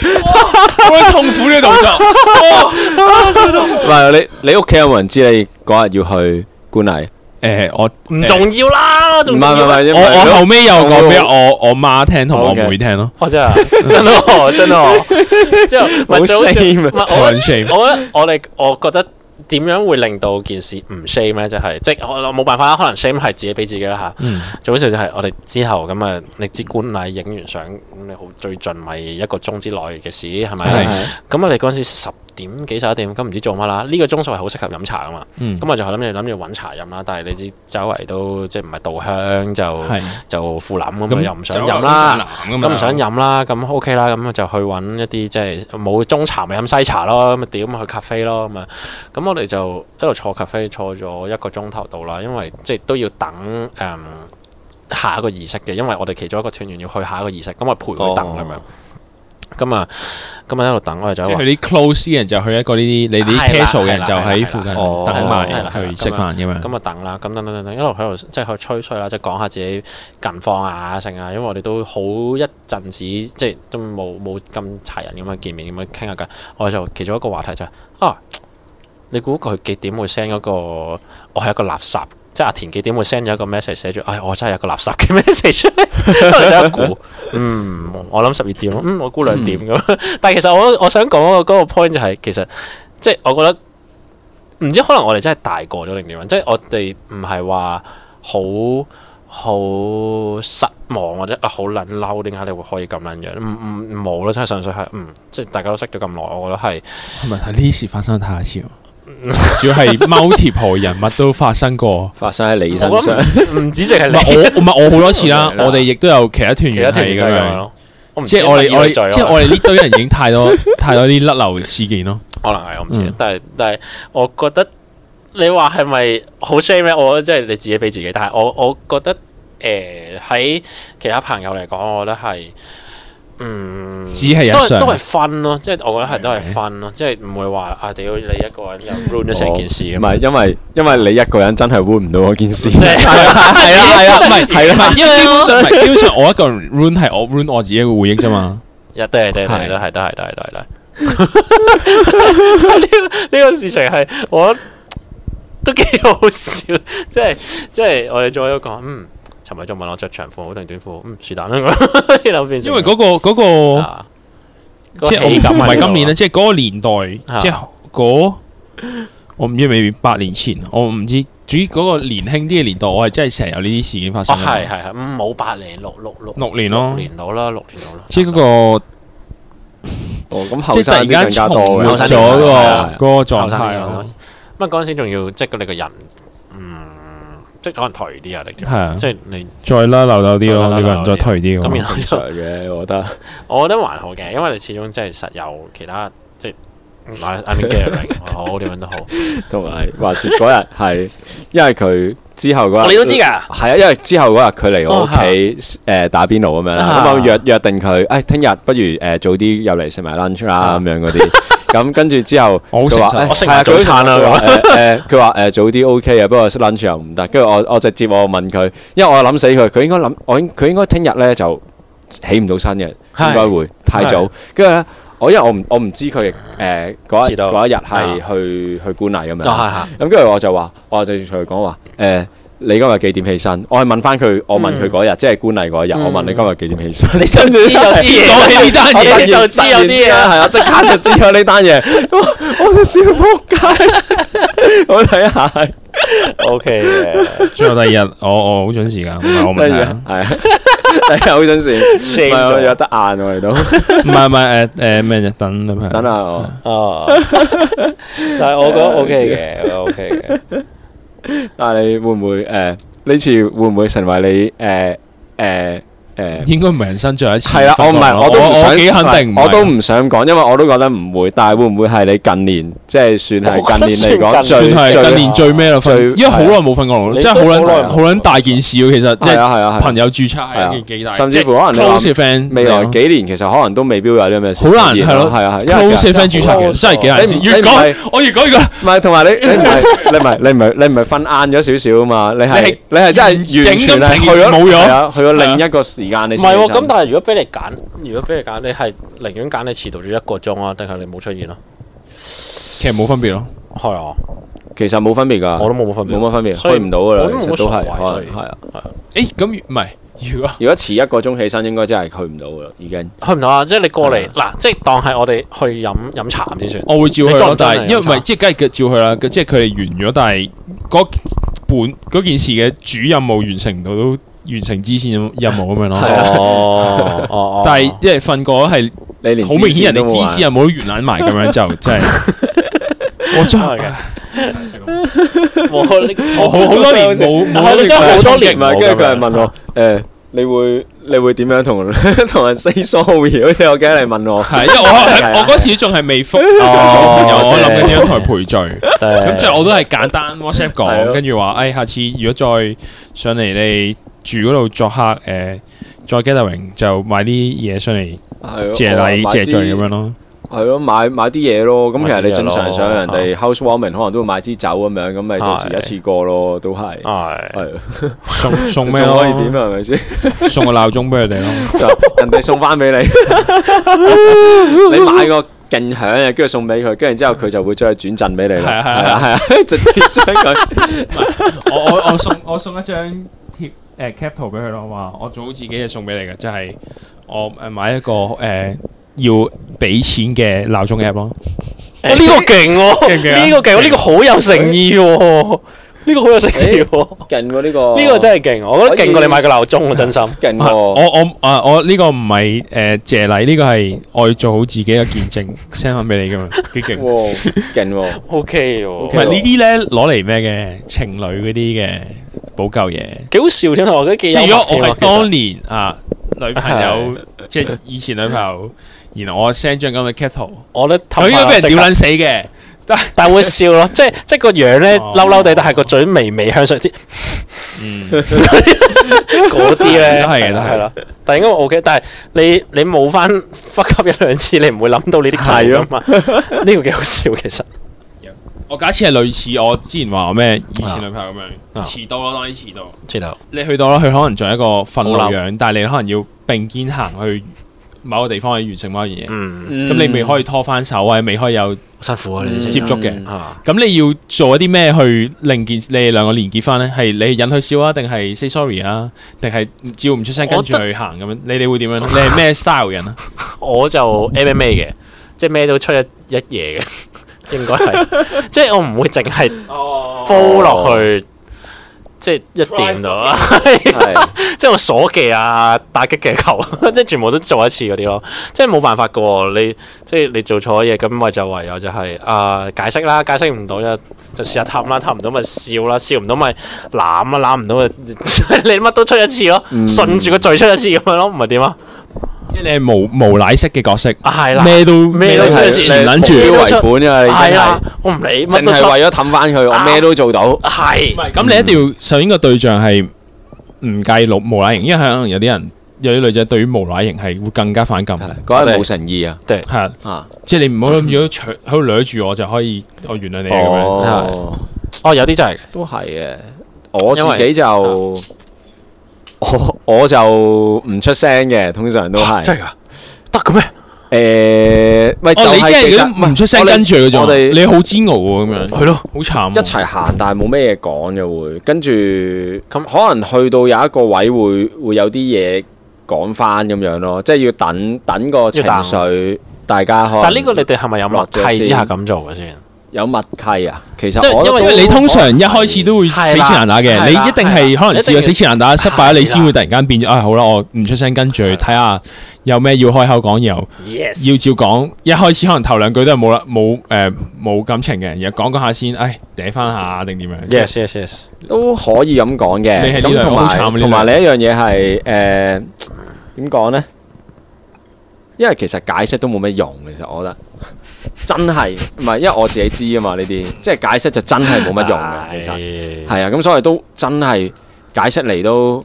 B: 好撚痛苦呢個動作，
A: 唔係你你屋企有冇人知你嗰日要去觀禮？
B: 誒我
C: 唔重要啦，
A: 唔係
C: 仲
A: 唔
C: 重要
A: 係唔
C: 咩。
A: 係，
B: 我我後尾有講俾
A: 我
B: 我我媽聽同我妹聽咯，
C: 我真 係真咯真咯， 之後唔係最好笑，
A: shame 啊
C: 唔係
B: 好
C: 我
B: 撚 shame。
C: 我覺得我哋我覺得點樣會令到件事唔 shame 咧？就係、即係我我冇辦法啦，可能 shame 係自己俾自己啦吓，
B: 嗯
C: 最好笑就係我哋之後咁啊，你知官禮影完相，咁你好最盡咪一個鐘之內嘅事係咪？
B: 係
C: 咁我哋嗰陣時十點幾十一點，咁唔知做乜啦？呢、個鐘數係好適合飲茶啊噶嘛。
B: 嗯
C: 咁，我就諗住諗住揾茶飲啦，但係你知周圍都即係唔係稻香就
B: 係
C: 就富林咁啊，又唔想飲啦。，
B: 啊
C: 咁唔啊想飲啦，咁 OK 啦，咁就去揾一啲即係冇中茶咪飲西茶咯，咁啊屌咁去咖啡咯咁啊，咁我哋就一路坐咖啡坐咗一個鐘頭到啦，因為即係都要等誒、嗯下一個儀式嘅，因為我哋其中一個團員要去下一個儀式，咁我啊陪佢等咁樣
A: 哦，
C: 咁啊咁啊一路等我哋就
B: 即
C: 喺
B: 係
C: 度
B: 佢啲 close 嘅人就去一個呢啲，你啲
C: 係啦
B: casual 嘅人就喺附近
C: 係啦哦
A: 係啦
B: 等
C: 係啦係啦
B: 埋去食飯咁樣。
C: 咁啊等啦，咁等等等等，一路喺度即係去吹水啦，即係講下自己近況啊剩啊，因為我哋都好一陣子即係都冇冇咁齊人咁樣見面咁樣傾下偈，我就其中一個話題就係、啊，你估佢幾點會 send 嗰、個我係一個垃圾，即係阿田幾點會 send 咗一個 message 寫住，唉、哎我真係一個垃圾嘅 message 出嚟，我就一估，嗯，我諗十二點咯，嗯，我估兩點咁，但係其實我我想講嗰個嗰個 point 就係、其實即係我覺得。唔知可能我哋真係大個咗定點樣，即係我哋唔係話好好失望或者啊好撚嬲，點解你會可以咁撚樣？唔唔冇咯，真係純粹係嗯，即係大家都識咗咁耐，我覺得係
B: 係咪啊睇呢啲事發生得太少？主要 係 multiple 人物都發生過。
A: 發生喺你身
C: 我覺
A: 上，。
C: 得唔唔止淨係
B: 唔
C: 你，
B: 係我，唔係我好多次啦 我哋亦都有其他團
C: 其他
B: 員
C: 團
B: 係
C: 員
B: 咁
C: 都係咁樣
B: 樣。
C: 咯。我唔
B: 即
C: 知
B: 係我哋我哋
C: 係咪呢個罪咯
B: 即係我哋呢堆人已經太 多太多啲甩漏事件咯。
C: 可能係我唔知，
B: 嗯
C: 但係但係我覺得你話係咪好 shame 咧？我即係你自己俾自己，但係我我覺得誒喺、其他朋友嚟講，我覺得係嗯。
B: 只係日
C: 都係
B: 常
C: 都係分咯，即係我覺得係都係
B: 係
C: 分咯，即係唔會話啊屌你一個人又 run 咗成件事
A: 哦唔
C: 咁。
A: 係因為因為你一個人真係 w 唔到嗰件事，
C: 係
A: 係啊係啊 係啊，唔係係
B: 唔
A: 啦，
B: 係因為基 本上唔係基本上我一個人 run 係我 run 我自己嘅回憶啫 嘛。
C: 一對係對
B: 係
C: 係都係都係都係都係都係。呢個 呢個事情係我都幾好笑， 即係即係我哋做咗個嗯，尋日仲問我着長褲好定短褲，嗯，是但啦 咁，然後變成
B: 因為嗰個嗰個。
C: 啊個
B: 即係我
C: 喜感
B: 唔
C: 喺
B: 係
C: 度
B: 今年咧，
C: 啊
B: 即係嗰個年
C: 啊
B: 代，即係嗰我唔知未必八年前，啊我唔知。主要嗰個年輕啲嘅年代，我係真係成日有呢啲事件發
C: 哦
B: 生。啊
C: 係係係，嗯冇八年六六六
B: 六年
C: 六
B: 咯，
C: 年到啦，六年到啦，
B: 即係嗰個
A: 哦咁
B: 即
A: 後生
B: 係
A: 啲
B: 突
A: 更
B: 然間
A: 加多
B: 重
A: 嘅，
B: 活
C: 後生
B: 咗
C: 啲
B: 嗰
C: 係啊
B: 個嗰個狀
C: 後生啲
B: 態
C: 咁
B: 咯
C: 咯。。乜嗰陣時仲要即係你個人，嗯，即係可能頹啲啊，你點
B: 係啊
C: 即係你
B: 再啦，漏漏啲
C: 再
B: 咯，
C: 啦
B: 你個人再退啲
C: 咁
B: 咁
C: 然。後 就
A: 常嘅，我覺得
C: 我覺得還好嘅，因為你始終即係實有其他即 係。I I mean gathering 好點樣 都好，
A: 同埋話説嗰日係因為佢之 後嗰日，
C: 你都知㗎，
A: 係啊，因為之後嗰日佢嚟我屋企誒打邊爐咁樣啦，咁
C: 哦啊
A: 哎
C: 啊
A: 我約約定佢，誒聽日不如誒早啲入嚟食埋 lunch 啦咁樣嗰啲，咁跟住之後，
B: 我好
A: 佢話
B: 誠實
A: 誒
C: 我食
A: 係啊
C: 埋早餐啦
A: 佢話誒誒佢話誒早啲 OK 啊，不過 lunch 又唔得。跟住我我直接我問佢，因為我諗死佢，佢應該諗我應佢應該聽日咧就起唔到身嘅，應該會太早。跟住咧，我因為我唔我唔知佢誒嗰一
C: 知道啊
A: 嗰一日係去去觀禮咁樣。
C: 哦
A: 咁跟住我就話，我就同佢講話誒。你今日幾點起身？我係問翻佢，我問佢嗰日，即係觀禮嗰日，我問你今日幾點起身？
C: 嗯 係係，你就知有
A: 我突然
B: 知講起呢單嘢
C: 啲你就知有啲
A: 突然之
C: 嘢
A: 間係啊，即刻就知有呢單嘢，我我就笑仆街。 我睇下，
C: O K 嘅
B: 最後第二日，我我好準時㗎，唔係我問題啊。
A: 係啊，第二日好準時，唔
C: shame
A: 係我
C: 咗
A: 有得晏我哋都
B: 啊唔係唔係誒誒咩啫？等女朋友
A: 等下我
C: 哦，但係我覺 得 O K 嘅，O K 嘅。
A: 但係你會唔會誒呢次會唔會成為你誒誒誒？
B: 應該唔係人生最後一次
A: 係啦，
B: 發
A: 我
B: 覺
A: 唔係，
B: 咯
A: 我都唔
B: 我
A: 想，
B: 幾肯定唔係，
A: 我都唔想講，因為我都覺得唔會。但係會唔會係你近年，即係算係近年嚟講
C: 我覺得
B: 算
A: 最
B: 係
A: 最
B: 近年最咩啦瞓
A: 最，啊
B: 因為好耐冇瞓過龍，
C: 你
B: 即係好
C: 都好
B: 撚
C: 耐
B: 好撚大件事喎。其實即
A: 係
B: 係
A: 啊係啊係啊
B: 朋友註冊
A: 係啊
B: 係一件幾大，
A: 甚至乎可能你話
B: close friend 啊
A: 未來幾年其實可能都未必會有啲咩事
B: 好
A: 出現咯。
B: 難係咯，
A: 係啊係，因為
B: close
A: 其實
B: friend 註冊其實真係幾難
A: 你唔
B: 先。越
A: 你唔係
B: 講我越講越覺得
A: 唔係，同埋你你唔係你唔係你唔係你唔係瞓晏咗少少啊嘛？你係你
B: 你
A: 係
B: 係
A: 真係完全
B: 整咁
A: 係
B: 成
A: 去
B: 件事
A: 咗
B: 冇咗
A: 係啊，去咗另一個時間你先起
C: 唔係
A: 身。
C: 喎，咁但係如果俾你揀，如果俾你揀，你係寧願揀你遲到咗一個鐘啊，定係你冇出現咯？
B: 其實冇分別咯。
C: 係啊，
A: 其實冇分別㗎，
C: 我都冇乜分別，
A: 冇乜分別，
C: 所以
A: 去唔到㗎啦
C: 我，都
A: 其實
C: 冇乜
A: 都
C: 所
A: 係
C: 謂
A: 可
C: 所以
A: 能係啊。
B: 誒咁唔係，如果
A: 如果遲一個鐘起身，應該真係去唔到㗎啦，已經。
C: 去唔到啊！即係你過
A: 係
C: 嚟
A: 啊
C: 嗱，即係當係我哋去飲飲茶先算。
B: 我會照去
C: 你
B: 咯
C: 裝，
B: 但
C: 真
A: 啊
B: 係
C: 係
B: 因為唔
C: 飲茶
B: 係即係梗係照去啦，即係佢哋完咗，但係嗰本嗰件事嘅主任務完成唔到，都完成支線任務咁樣
A: 係
B: 咯。
A: 啊
C: 哦哦
B: 但係因為瞓過係
A: 你連
B: 好明顯，
A: 支線都
B: 人哋
A: 冇玩
B: 芝士又冇懸攬埋咁樣就真係。我真
C: 係嘅
B: 係，
C: 我
B: 我好好多年冇冇
C: 係你真係好多年
A: 唔係，跟住佢係
B: 問
A: 問我誒，你會你會點樣 同同人 say sorry？好似我驚你問我。
B: 係，因為我我我嗰時仲係未復
C: 哦
B: 朋友，我諗緊點樣同佢賠罪。咁
C: 咁
B: 即係我都係簡單
A: 係
B: WhatsApp
A: 咯
B: 講，跟住話誒，下次如果再上嚟你住嗰度作客誒，再 gathering 就買啲嘢上嚟
A: 係咯
B: 謝
A: 我
B: 禮
A: 話買支
B: 謝罪咁樣咯。
A: 係咯，買買啲嘢咯。咁其實你正常上人
C: 買啲
A: 哋 housewarming 可能都會買支酒咁樣，咁咪到時
C: 係
A: 一次過咯，都
C: Ờ.
A: 係
C: 係
A: 係
B: 送送
A: 仲
B: 咩
A: 可以
B: 咯
A: 點啊？係咪先？
B: 送個鬧鐘俾佢哋咯。
A: 就人哋送翻俾 你，你買個勁響嘅，跟住送俾佢，跟住之後佢就會將佢轉贈俾你啦。
B: 係啊係啊
A: 係啊 係啊，直接將佢
B: 我我我送我送一張貼誒 cap 圖俾佢咯，話我做好自己嘅送俾你嘅，就係我誒買一個誒要俾錢嘅鬧鐘 app 咯。
C: 哇呢個勁
B: 勁唔勁啊
C: 喎，呢個勁喎，呢個好有誠意喎，呢個好有誠意喎，
A: 勁喎呢個，
C: 呢個真係勁，我覺得勁過你買個鬧鐘啊，真心。
A: 勁
B: 啊我
A: 喎。
B: 我啊我呢個唔係誒謝禮，呢個係我要做好自己嘅見證 send 翻俾你噶嘛，幾勁。唔
A: 哇，勁喎！
C: O K
B: 係
C: 喎，
B: 呢啲咧攞嚟咩嘅情侶嗰啲嘅補救嘢。
C: 幾好笑添，我覺得幾
B: 即係
C: 幽
B: 如
C: 默
B: 果我係
C: 添啊其實
B: 當年啊女朋友，即係以前女朋友，然後我 send 張咁嘅 cap 圖，
C: 我咧
B: 佢
C: 氹
B: 應該俾
C: 下
B: 人屌撚死嘅。
C: 但係會笑咯，即係即係個樣咧
B: 哦
C: 嬲嬲地，但係個嘴微微向上啲
B: 嗯。
C: 嗰啲咧，
B: 都 係嘅都係
C: 係啦。但係應該 O K，但係你你冇翻 fuck up 一兩次，你唔會諗到呢啲
A: 係
C: 橋
A: 啊
C: 啊嘛。 呢個幾好笑其實。
B: 我假設係類似我之前話我咩以前女朋友咁樣
C: 啊
B: 遲到咯，當然遲到。
C: 知道
B: 你去到啦，佢可能仲係一個憤怒
C: 好嬲
B: 樣，但係你可能要並肩行去某個地方去完成某一樣嘢。
C: 嗯
A: 咁
B: 咁你未可以拖翻手，或啊者未可以有
C: 好辛苦啊，
A: 嗯
C: 你
B: 接觸嘅。
C: 啊
B: 咁你要做一啲咩去令件你哋兩個連結翻呢？係你引佢笑啊，定係 say sorry 啊，定係照唔出聲跟
C: 我
B: 住去行咁樣？你哋會點樣？你係咩 style 人啊？
C: 我就 MMA 嘅，即係咩都出一一夜嘅， 應該係。即係我唔會淨係 fall 落去，即係一點到啊。
A: 係
C: 即係我鎖技啊、打擊嘅球， 即係全部都做一次嗰啲咯。即係冇辦法嘅喎，你即係你做錯嘢，咁咪就唯有就係、啊、解釋啦，解釋唔到就就試下氹啦，氹唔到咪笑啦，笑唔到咪攬啦，攬唔到咪 你乜都出一次咯，
A: 嗯
C: 順住個罪出一次咁樣咯，唔係點啊？
B: 即係你係無無賴式嘅角色，
C: 啊係啦，
B: 咩都
C: 咩
A: 你
C: 都
B: 都
C: 出
A: 係
C: 一次
B: 前撚
A: 你
B: 住
A: 目。標為本啊！你
C: 係
A: 真係
C: 啦，我唔理乜
A: 淨
C: 都出
A: 係，為咗氹翻佢，我咩都做到。
C: 係
B: 唔係，咁你一定要首先個對象係唔計無無賴型，因為可能有啲人有啲女仔對於無賴型係會更加反感。
A: 係嗰日冇誠意啊，
B: 係啊，
A: 啊，
B: 即係你唔好諗住搶喺度掠住我就可以，我原諒你啊咁樣。
A: 哦，
C: 哦，有啲真係
A: 都係嘅。我
C: 因為
A: 自己就我我就唔出聲嘅，通常都
C: 嘅，啊真
A: 係
C: 係㗎，得嘅
A: 誒，
C: 咩？
A: 咪就
B: 哦，你即
A: 係
B: 係
A: 其
B: 嗰
A: 實
B: 啲唔出聲
A: 我哋
B: 跟住佢
A: 我
B: 啫
A: 哋
B: 嘛，你好煎熬喎咁樣，
C: 係咯，
B: 好慘
A: 一
B: 喎。
A: 齊行，但係冇咩嘢講嘅會，跟住
C: 咁
A: 可能去到有一個位會會有啲嘢講翻咁樣咯，即係要等等個情
C: 要等
A: 緒，大家可能
C: 但呢個你哋係咪有默契之
A: 落
C: 下
A: 咗先
C: 咁做嘅先？
A: 有默契啊。其
B: 即
A: 實我
B: 係因為因為你通常一開始都會
C: 係
B: 死
C: 啦
B: 纏爛打嘅，你
C: 係啦
B: 一定
C: 係
B: 係
C: 啦
B: 可能試過死纏爛打失敗，你先
C: 係啦
B: 會突然間變咗啊！好啦，我唔出聲跟住睇下有咩要開口講，然後
C: Yes，
B: 要照講。一開始可能頭兩句都係冇啦，冇誒冇感情嘅，然後講講下先，唉，嗲翻下定點樣
C: yes yes yes，
A: 都可以咁講
B: 你
A: 嘅，
B: 係呢
A: 咁
B: 兩
A: 同
B: 個好慘啊
A: 埋
B: 呢
A: 同埋
B: 兩
A: 另一樣嘢係誒點講呢？因為其實解釋都冇乜用，其實我覺 得真係唔係，因為我自己知啊嘛呢啲，即係解釋就真係冇乜用嘅，其實
C: 實
A: 係啊，咁所以都真係解釋嚟都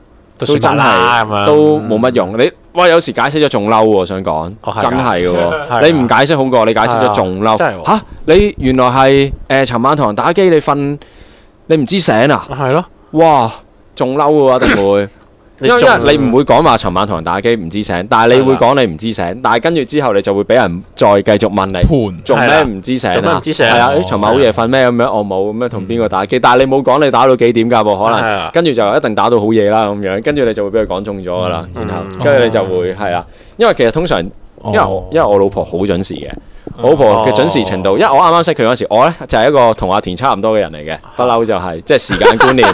A: 都
C: 都算
A: 真
C: 埋啦咁
A: 係
C: 樣，
A: 都冇乜用。你哇有時解釋咗仲嬲喎，想講
C: 哦係㗎
A: 真係嘅
C: 係
A: 喎，
C: 㗎
A: 你唔解釋好過你解釋咗仲嬲。
C: 真係喎
A: 嚇你原來係誒尋晚同人打機，你瞓你唔知醒 啊？
C: 係咯，
A: 哇，仲嬲嘅喎，一定會。因為因為你唔會講話尋晚同人打機唔知醒，但係你會
C: 係啦
A: 講你唔知醒，但係跟住之後你就會俾人再繼續問你。
B: 盤？
A: 做
C: 係啦
A: 咩唔知醒啊？
C: 做咩唔知醒
A: 係啊，
B: 哦
A: 咦尋晚好夜瞓咩咁樣？我冇咁樣同邊個打機，但係你冇講你打到幾點㗎噃？可
C: 嗯係
A: 能
C: 啊
A: 跟住就一定打到好夜啦咁樣，跟住你就會俾佢講中咗㗎啦。
C: 嗯哦
A: 然後
C: 嗯
A: 跟住你就會係啦，因為其實通常因
B: 因
A: 為我因為我老婆好準時嘅，
C: 哦
A: 我老婆嘅準時程度，因為我啱啱識佢嗰時，我咧就係一個同阿田差唔多嘅人嚟嘅，不嬲就係即係時間觀念。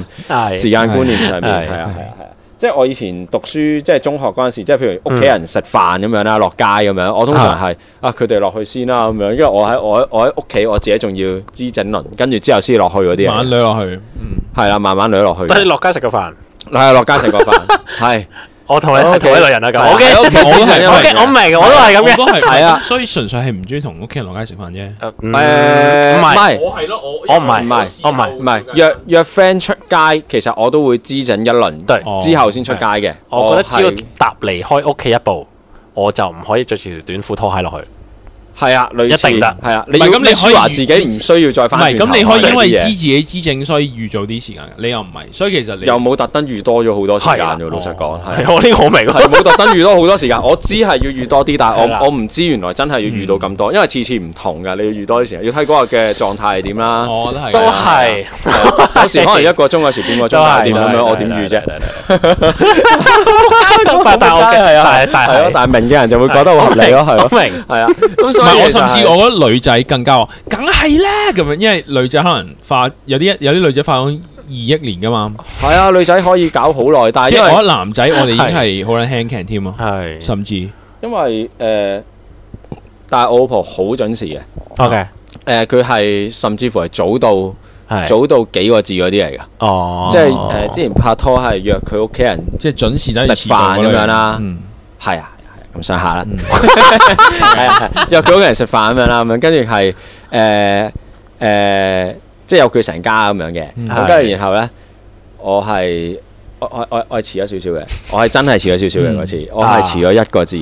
A: 時
C: 係
A: 間觀念上面
C: 係
A: 係啊係啊係啊，即係我以前讀書，即係中學嗰陣時，即係譬如屋企人食飯咁樣啦，落街咁樣，我通常係啊佢哋落去先啦咁樣，因為我喺我喺我喺屋企，我自己仲要知整輪，跟住之後先落去嗰啲
B: 晚
A: 嘢，
B: 掠落去，
A: 係啦，慢慢掠落去，
C: 但係你落街食個飯，
A: 係啊落街食個飯， 係
C: 我同你
A: 哦
C: 係
A: OK
C: 同一類人啦
A: 係
C: 咁
A: 啊
C: Ờ, ，OK
A: 喺屋企
B: 我都
A: 之前
B: 係
A: 因為
C: OK，我明，我都係咁嘅
B: 我 都係
A: 係啊
B: 所以純粹係唔中意同屋企人落街食飯啫。
C: 誒，唔
A: 誒唔
C: 係，
A: 係
B: 嗯係咯，我
C: 我唔係
A: 唔係
C: 我唔係
A: 唔係約約 friend 出街，其實我都會知整一輪
C: 對
A: 之後先出街嘅，
B: 哦
A: 哦
C: 我覺得只要
A: 係
C: 踏離開屋企一步，我就唔可以着住條短褲拖鞋落去。
A: 係啊，類似
C: 一定得
A: 係啊，你
B: 唔係
A: 要
B: 咁你可以
A: 舒華自己唔需要再
B: 唔
A: 翻
B: 係
A: 轉頭
B: 咁，你可以因為
A: 呢啲
B: 知
A: 嘢
B: 自己知症，所以預早啲時間嘅。你又唔係，所以其實你
A: 又冇特登預多咗好多時間
C: 係哦
A: 喎，老實講係。
C: 係我呢個我明
A: 係冇特登預多好多時間，我知係要預多啲，但係
C: 係啦嗯
A: 我我唔知原來真係要預到咁多，因為次次唔同㗎，你要預多啲時間，要睇嗰日嘅狀態係點啦。
C: 哦
B: 我覺得係
C: 都
B: 嘅
C: 係
A: 係啊有 時可能一個鐘，有時半個鐘
C: 都係
A: 搞掂咁樣，我點預啫？
C: 啫？但係我嘅
A: 係啊，
C: 但係但
A: 係咯
C: 係，
A: 但係明嘅人就會覺得好合理咯，係咯，
C: 我 明
A: 係啊。咁
B: 唔
A: 所以
B: 係，
A: 其
B: 我
A: 實
B: 甚
A: 係啊
B: 至我覺得女仔更加話，梗係啦咁樣，因為女仔可能化有啲有啲女仔化咗二億年噶嘛，
A: 係啊，女仔可以搞好耐，但係
B: 即係
A: 因
B: 我
A: 為
B: 覺得男仔我哋已經係好撚輕強添啊，
C: 係
B: 甚至
A: 因為誒，但係我老婆好準時嘅，
C: OK
A: 誒佢係甚至乎係早到
C: 係
A: 早到幾個字嗰啲嚟㗎，
C: 哦，
A: 即係誒之前拍拖係約佢屋企人。
B: 即係準時得
A: 食飯咁樣啦
B: 嗯
A: 係啊，係啊咁上下啦， 係啊，係啊約佢屋企人食飯咁樣啦，咁樣跟住係誒誒，即係有佢成家咁樣嘅，
B: 嗯
A: 咁跟住然後咧，我係我我我我係遲咗少少嘅，我係真係遲咗少少嘅
B: 嗯
A: 嗰次，我係遲咗一個字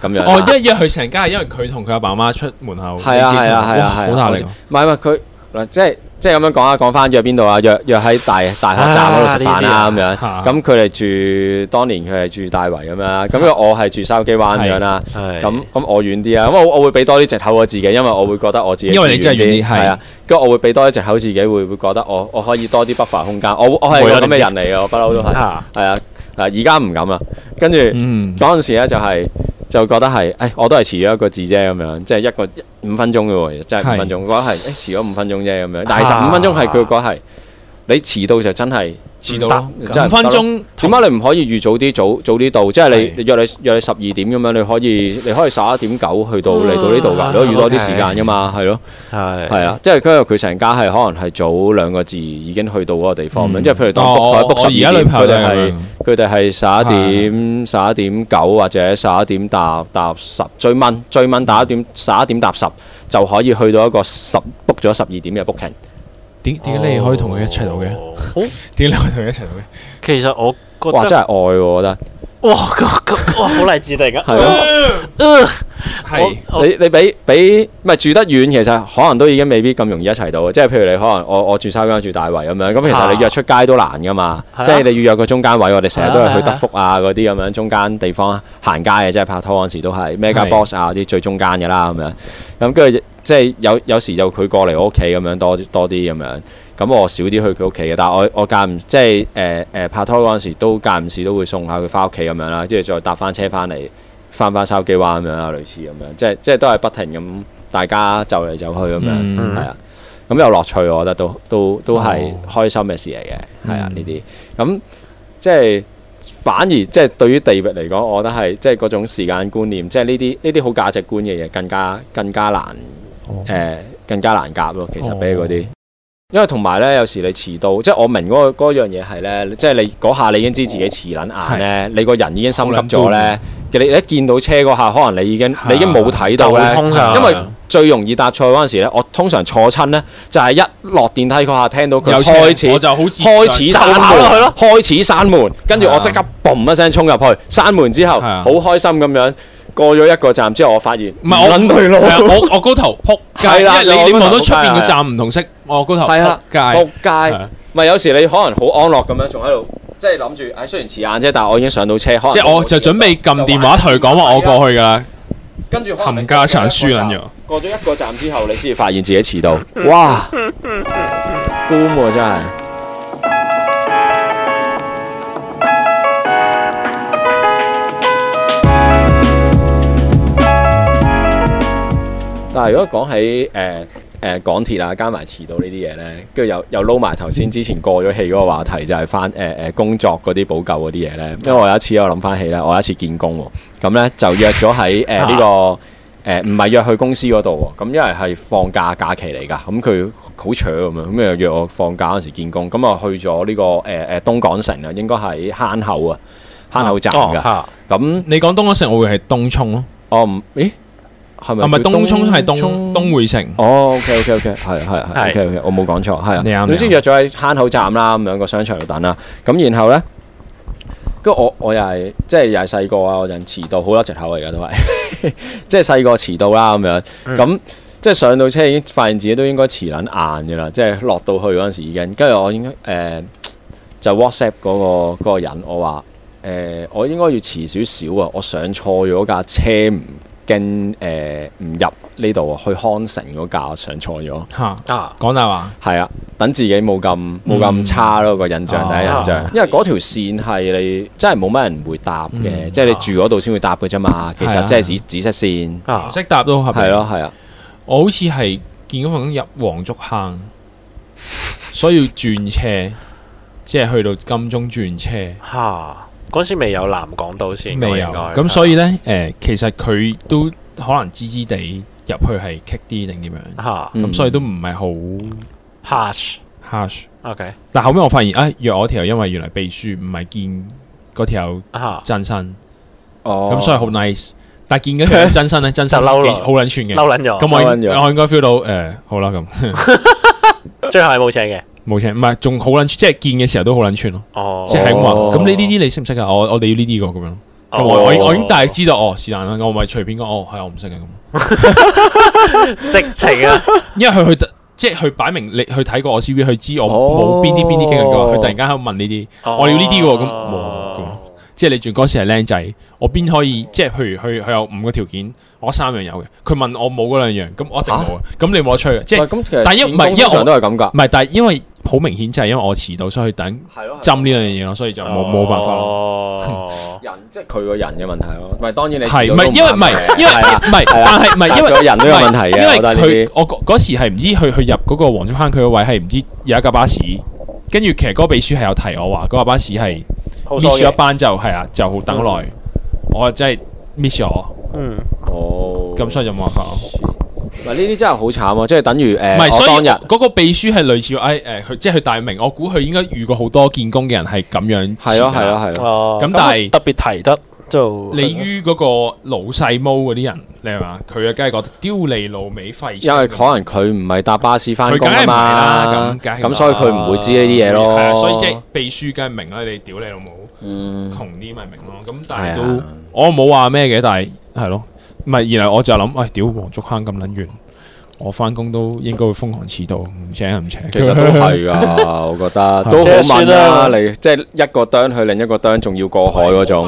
A: 咁樣啦。
B: 哦，一約佢成家係因為佢同佢阿爸媽出門口，
A: 係啊
B: 你知
A: 係啊
B: 哇
A: 係啊係啊，
B: 好大力啊。
A: 唔係唔係佢嗱，即係即係咁樣講啊，講翻約邊度啊？約約喺大大學站嗰度食飯啦
C: 啊
A: 咁樣。
B: 啊
A: 咁佢哋住當年佢係住大圍咁樣啦，咁因為我係住筲箕灣咁樣啦。
C: 係
A: 咁咁我遠啲啊，咁我我會俾多啲藉口我自己，因為我會覺得我自己
B: 因為你
A: 住
B: 真係遠啲係
A: 係啊，跟住我會俾多啲藉口自己，會會覺得我我可以多啲 buffer 空間，我我係
B: 啊
C: 會啦
A: 個咁嘅人嚟嘅，我不嬲都係，
C: 啊
A: 係啊，嗱而家唔敢啦，跟住
B: 嗯，
A: 嗰陣時咧就係就覺得係，誒我都係遲咗一個字啫咁樣，即係一個一五分鐘嘅喎，真係
B: 係
A: 五分鐘，我覺得係誒遲咗五分鐘啫咁樣，但係十五分鐘係佢覺得係你遲到就真係
B: 遲到咯，
A: 唔得
B: 五分鐘
A: 點解你唔可以預早啲早早啲到？即係你
C: 係
A: 你約你約你十二點咁樣，你可以你可以十一點九去到嚟到呢度㗎，
C: 啊
A: 你可以預多啲
C: OK
A: 時間㗎嘛，係咯，
C: 係
A: 係
B: 嗯
A: 啊，即係因為佢成家係可能係早兩個字已經去到嗰個地方咁樣，
B: 嗯
A: 即係譬如當
B: 哦
A: book 台
B: 我
A: book
B: 我
A: 十
B: 而
A: 二
B: 家
A: 點，
B: 女朋
A: 佢
B: 友
A: 哋
B: 係
A: 係
B: 咁樣
A: 佢哋係十一點十一點九或者十一點搭搭十，最晚最晚打一點十一點搭十就可以去到一個十 book 咗十二點嘅 booking。
B: 點點解你可以同佢一齊到嘅？
C: 哦好
B: 點解你可以同佢一齊到嘅？
C: 其實我覺
A: 哇！
C: 得
A: 真係愛喎，我覺得
C: 哇！咁咁哇，好勵志突然間。
A: 係咯
C: 呃
B: 係
C: 我
A: 你你俾俾唔係住得遠，其實可能都已經未必咁容易一齊到嘅。即係譬如你可能我我住沙灣住大圍咁樣，咁其實
C: 啊
A: 你約出街都難噶嘛。
C: 係啊
A: 即係你要約個中間位，我哋成日都係
C: 係啊
A: 去德福啊嗰啲咁樣中間地方行街嘅，即係拍拖嗰時都係 mega
B: 係
A: boss 啊嗰啲最中間嘅啦咁樣。咁跟住即係有有時就佢過嚟我屋企咁樣多多啲咁樣。咁我少啲去佢屋企嘅，但係我我間唔即係誒誒拍拖嗰陣時都間唔時都會送下佢翻屋企咁樣啦，跟住再搭翻車翻嚟，翻翻筲箕灣咁樣啦，類似咁樣，即係即係都係不停咁大家就嚟就去咁樣，
B: 嗯
A: 係啊、咁有樂趣，我覺得都都都係
B: 哦
A: 開心嘅事嚟嘅，係啊
B: 嗯
A: 呢啲，咁即係反而即係對於地域嚟講，我覺得係即係嗰種時間觀念，即係呢啲呢啲好價值觀嘅嘢更加更加難。誒、呃更加難夾
B: 哦
A: 咯，其實俾嗰啲，因為同埋咧有時你遲到，即係我明嗰、個嗰樣嘢係咧，即係你嗰下你已經知自己遲撚眼咧，你個人已經心急咗咧，其實你一見到車嗰下，可能你已
B: 啊
A: 經你已經冇睇到
C: 就會
A: 咧。
C: 空向
A: 因為最容易搭錯嗰陣時咧，我通常坐親咧就係、一落電梯嗰下聽到佢
B: 有車
A: 開始
B: 我就好自
A: 開始閂
C: 就跑落去
A: 門
C: 咯，
A: 開始閂門，跟住
B: 係啊
A: 我即刻嘣一聲衝入去，閂門之後
B: 係啊
A: 好開心咁樣過咗一個站之後，我發現
B: 唔係我
A: 撚對路
B: 係啊我我高頭撲街，
A: 係啦
B: 因為你你
A: 我高頭
B: 望到出邊
A: 仆街
B: 個
A: 啊
B: 站唔同色，我高頭
A: 係啊
B: 撲
A: 仆
B: 街。
A: 街
B: 啊。
A: 咪有時你可能好安樂咁樣，仲喺度即係諗住，唉，雖然遲眼啫，但係我已經上到車，可能
B: 即係我就準備撳電話同佢講話我過去㗎啦，
A: 跟住可能
B: 冚家鏟輸撚咗。
A: 過咗一個站之後，你先至發現自己遲到，哇！都喎真係。但係如果講起呃誒誒港鐵啊，加埋遲到呢啲嘢咧，跟住又又撈埋頭先之前過咗氣嗰個話題，就係翻誒誒工作嗰啲補救嗰啲嘢咧。因為我有一次我諗翻起咧，我有一次見工喎，咁咧就約咗喺誒
B: 啊
A: 呢個。誒唔係約去公司嗰度喎，咁因為係放假假期嚟㗎，咁佢好扯咁樣，咁又約我放假嗰時見工，咁啊去咗呢、個誒誒、東港城啊，應該喺坑口啊，坑口站
C: 哦
A: 㗎，
C: 嚇
A: 咁
B: 你講東港城，我會係東涌咯，
A: 我唔，咦係咪
B: 啊係咪
A: 叫
B: 東涌係東
A: 涌
B: 東匯城？
A: 哦，OK OK OK，係係係
C: 係
A: ，OK OK，我冇講錯，係啊。
B: 你啱
A: 總之
B: 你啱
A: 約咗喺坑口站啦，咁樣個商場度等啦。咁然後咧，跟住我我又係即係又係細個啊嗰陣遲到，好多藉口啊而家都係， 即係細個遲到啦咁樣。
B: 嗯
A: 咁即係上到車已經發現自己都應該遲撚晏嘅啦，即係落到去嗰陣時已經。跟住我應該誒、就 WhatsApp 嗰、個嗰個人，我話誒、我應該要遲少少啊，我上錯咗架車唔經誒唔入呢度啊，去康城嗰架上錯咗。
B: 嚇，
C: 啊
B: 講大話。
A: 係啊，等自己冇咁冇咁差咯個印
B: 嗯
A: 象，第一印象，
B: 啊
A: 因為嗰條線係你真係冇乜人會搭嘅，
B: 嗯
A: 即係你住嗰度先會搭嘅啫嘛。其實即係紫紫色線，
C: 啊
B: 識答都啊合理
A: 係，咯係啊，
B: 我好似係見嗰份入黃竹坑， 所以要轉車，即係去到金鐘轉車。
C: 嚇！啊嗰時未有南港島線㗎，
B: 未有，
C: 應該
B: 咁所以呢，誒，其實佢都可能知知地入去係棘啲定點樣，
C: 嚇
A: 嗯
B: 咁所以都唔係
C: 啊 hush
B: 好 hush。
C: OK
B: 但後尾我發現，啊，約我條友因為原來秘書唔係見嗰條友
C: 嚇
B: 真身，
A: 哦
B: 咁所以好 nice。但見嗰條友真身呢，真身
C: 就嬲
B: 幾
C: 咯
B: 好撚串嘅，
C: 嬲撚咗，
B: 咁我
A: 嬲撚咗
B: 我應該 feel 到誒，好啦咁。
C: 最後係冇請嘅。
B: 冇錯，唔係仲好撚，即係見嘅時候都好撚串咯，
C: 哦，
B: 即係咁話。
A: 哦
B: 咁你呢啲你識唔識啊？我我哋要呢啲個咁樣。
C: 哦
B: 咁我我已我已經大係知道，哦是但啦，我咪隨便講，哦係我唔識嘅咁。
C: 直情啊，
B: 因為佢去即係佢擺明你去睇過我 CV，佢知
A: 哦
B: 我冇邊啲邊啲傾偈過，佢突然間喺度問呢啲， 我要呢啲喎，咁冇咁。
C: 哦
B: 即係你仲嗰時係僆仔，我邊可以即係譬如佢佢有五個條件，我三樣有嘅，佢問我冇嗰兩樣，咁我一定冇嘅。啊咁你冇得吹嘅，即係
A: 喂咁其實
B: 但因唔係因為
A: 通常
B: 我
A: 都係咁㗎，
B: 唔係？但係因為好明顯就係因為我遲到，所以佢等
A: 係咯
B: 針呢兩樣嘢咯，所以就冇冇辦法咯。
C: 哦
A: 人即係佢個人嘅問題咯。咪當然你
B: 係，唔係因為唔係因為 唔係，
A: 係啊
B: 但係唔係
A: 但
B: 因為
A: 佢個人都有
B: 唔係
A: 問題嘅
B: 因為
A: 我覺得呢啲
B: 佢我嗰嗰時係唔知去去入嗰個黃竹坑佢個位係唔知有一架巴士，跟住其實嗰個秘書係有提我話嗰架巴士係 miss 咗一班就係啊就好等好耐，我真係 miss 咗，
C: 嗯
A: 哦
B: 咁所以就冇辦法咯。
A: 以呢啲真係好慘啊！即係等於
B: 唔
A: 誒，
B: 係，所
A: 我
B: 以
A: 當日
B: 嗰個秘書係類似誒誒，佢即係佢大明，我估佢應該遇過好多見工嘅人係咁樣。
A: 係咯係咯。係咯，
C: 哦，
B: 咁但係
C: 特別提得就
B: 你於嗰個老細毛嗰啲人，你係嘛？佢啊，梗係覺得丟你老尾廢青。
A: 因為可能佢唔係搭巴士翻
B: 佢
A: 工
B: 梗
A: 啊
B: 係唔係
A: 嘛，
B: 啦咁梗係
A: 咁所以佢唔會知呢啲嘢
B: 係啊
A: 咯。
B: 所以即係秘書梗係明啦，你屌你老母，
A: 嗯，
B: 窮啲咪明咯。咁但
A: 係
B: 係都
A: 啊，
B: 我冇話咩嘅，但係係咯，唔係然後我就諗，喂，屌黃竹坑咁撚遠，我翻工都應該會瘋狂遲到，唔請唔請。
A: 其實都係㗎， 我覺 得都好
C: 嗯即係算
A: 敏
C: 啦
A: 啦。你即係一個哚去另一個哚，仲要過海嗰 種。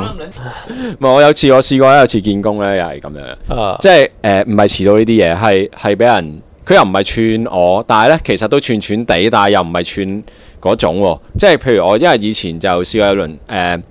A: 唔係我有次我試過有一次見工咧，又係咁樣。
C: 啊
A: 即係誒唔係遲到呢啲嘢，係係俾人佢又唔係串我，但係咧其實都串串地，但係又唔係串嗰種喎。即係譬如我因為以前就試過一輪誒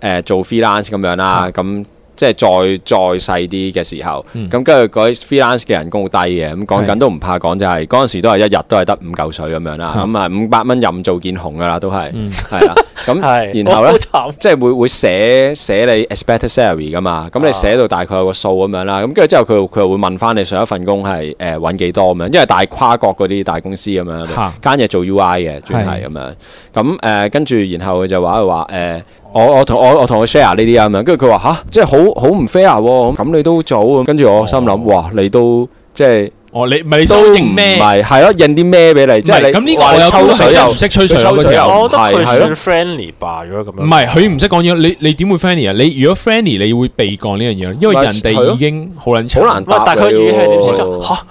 A: 誒做 freelance 咁樣啦，咁即係再再細啲嘅時候，
B: 嗯
A: 咁跟住嗰啲 freelance 嘅人工好低嘅，咁講緊
B: 係
A: 都唔怕講，就係嗰陣時都係一日都係得五嚿水咁樣啦，
B: 嗯
A: 咁啊五百蚊任做見紅噶啦，都係
B: 嗯
A: 係啦，
C: 係，
A: 咁然後咧
C: 好。慘啊
A: 即係會會寫寫你 expected salary 噶嘛，咁
C: 啊
A: 你寫到大概有個數咁樣啦，咁跟住之後佢佢又會問翻你上一份工係誒揾幾多咁樣，因為大跨國嗰啲大公司咁樣
B: 嚇，
A: 間嘢做 UI 嘅專係
B: 係
A: 咁樣，咁誒跟住然後佢就話佢話誒。我我同我我同佢 share 呢啲啊咁樣，跟住佢話吓，即係好好唔 fair 喎，咁你都做咁，跟住我心諗，哇，你都即係
B: 哦，你唔係你想
A: 都唔
B: 認咩？
A: 係係咯，印啲咩俾你？即係
B: 係
A: 你
B: 咁呢個
A: 話
B: 我
A: 你
B: 有
A: 抽
B: 估
A: 水
B: 係真係
A: 又
B: 唔識吹水
A: 佢
B: 咯
A: 抽
B: 嗰
A: 水又
B: 條
A: 唔
C: 我覺得
A: 係係
C: 佢
A: 咯
C: 算 friendly 吧，如果咁樣。
B: 唔係佢唔識講嘢，你你點會 friendly 啊？你如果 friendly，你會被降呢樣嘢咯，因為
A: 咪
B: 人
A: 係
B: 哋
A: 咯
B: 已經好撚慘
A: 好難
C: 唔係，
A: 答
C: 啊但係佢
A: 你
C: 語氣點
A: 喎
C: 先啫？嚇，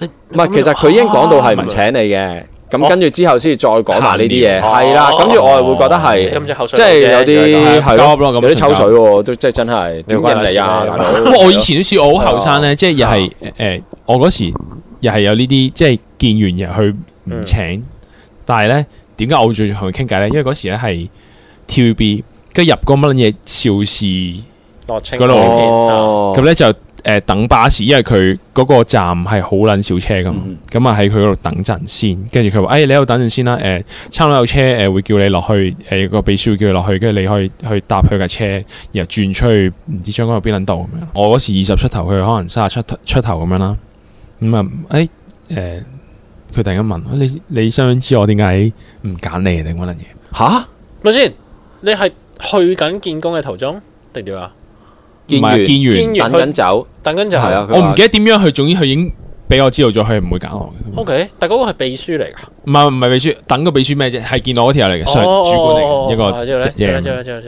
C: 你
A: 唔係，其實佢已經講到係唔
C: 啊
A: 請你嘅，
C: 哦
A: 咁跟住之後先至再講埋呢啲嘢，
C: 哦
A: 係啦，咁跟住我係會覺得
C: 你
A: 係，
C: 咁隻口水
A: 即係有
B: 係啊
A: 啲係
B: 交咯
A: 咯，
B: 咁
A: 有
B: 樣
A: 啲抽水喎，都即係真係點
C: 關
A: 人
C: 你事
A: 嚟啊
C: 咩？
A: 大佬
B: 咁我以前都試過，我好後生
A: 啊
B: 咧，即係又係誒，我嗰時又係有呢啲，即係見完人去唔
A: 嗯
B: 請，但係咧點解我會最中意同佢傾偈咧？因為嗰時咧係 TVB，跟住入嗰乜撚嘢邵氏。
C: 落清
B: 嗰度
A: 哦
B: 咁，咧就誒、呃等巴士，因為佢嗰個站係好撚少車噶嘛
A: 嗯，
B: 咁啊喺佢嗰度等陣先，跟住佢哎話：誒、你喺度等陣先啦，誒、差唔多有車誒、呃、會叫你落去，誒、呃、個秘書會叫你落去，跟住你可以去搭佢架車，然後轉出去唔知將軍澳邊撚度咁樣。我嗰時二十出頭，佢可能三十出頭出頭咁樣啦。咁啊誒誒，呃佢、突然間問：你你想唔想知我點解唔揀你定乜撚嘢？
A: 嚇
C: 啊咪先，你係去緊見工嘅途中定點啊？
A: 見
B: 唔係
A: 完
B: 見
C: 見
B: 完，
C: 完
A: 等緊
C: 佢
A: 走，
C: 等緊就
A: 係啊，佢
B: 我
A: 話
B: 唔記得點樣去，總之佢已經俾我知道咗，佢唔會揀我嘅。
C: O K，但嗰個係秘書嚟㗎。
B: 唔係唔係秘書，等個秘書咩啫？係見我嗰條
C: 哦
B: 友嚟嘅，上主管嚟嘅一個
C: 個
B: 職業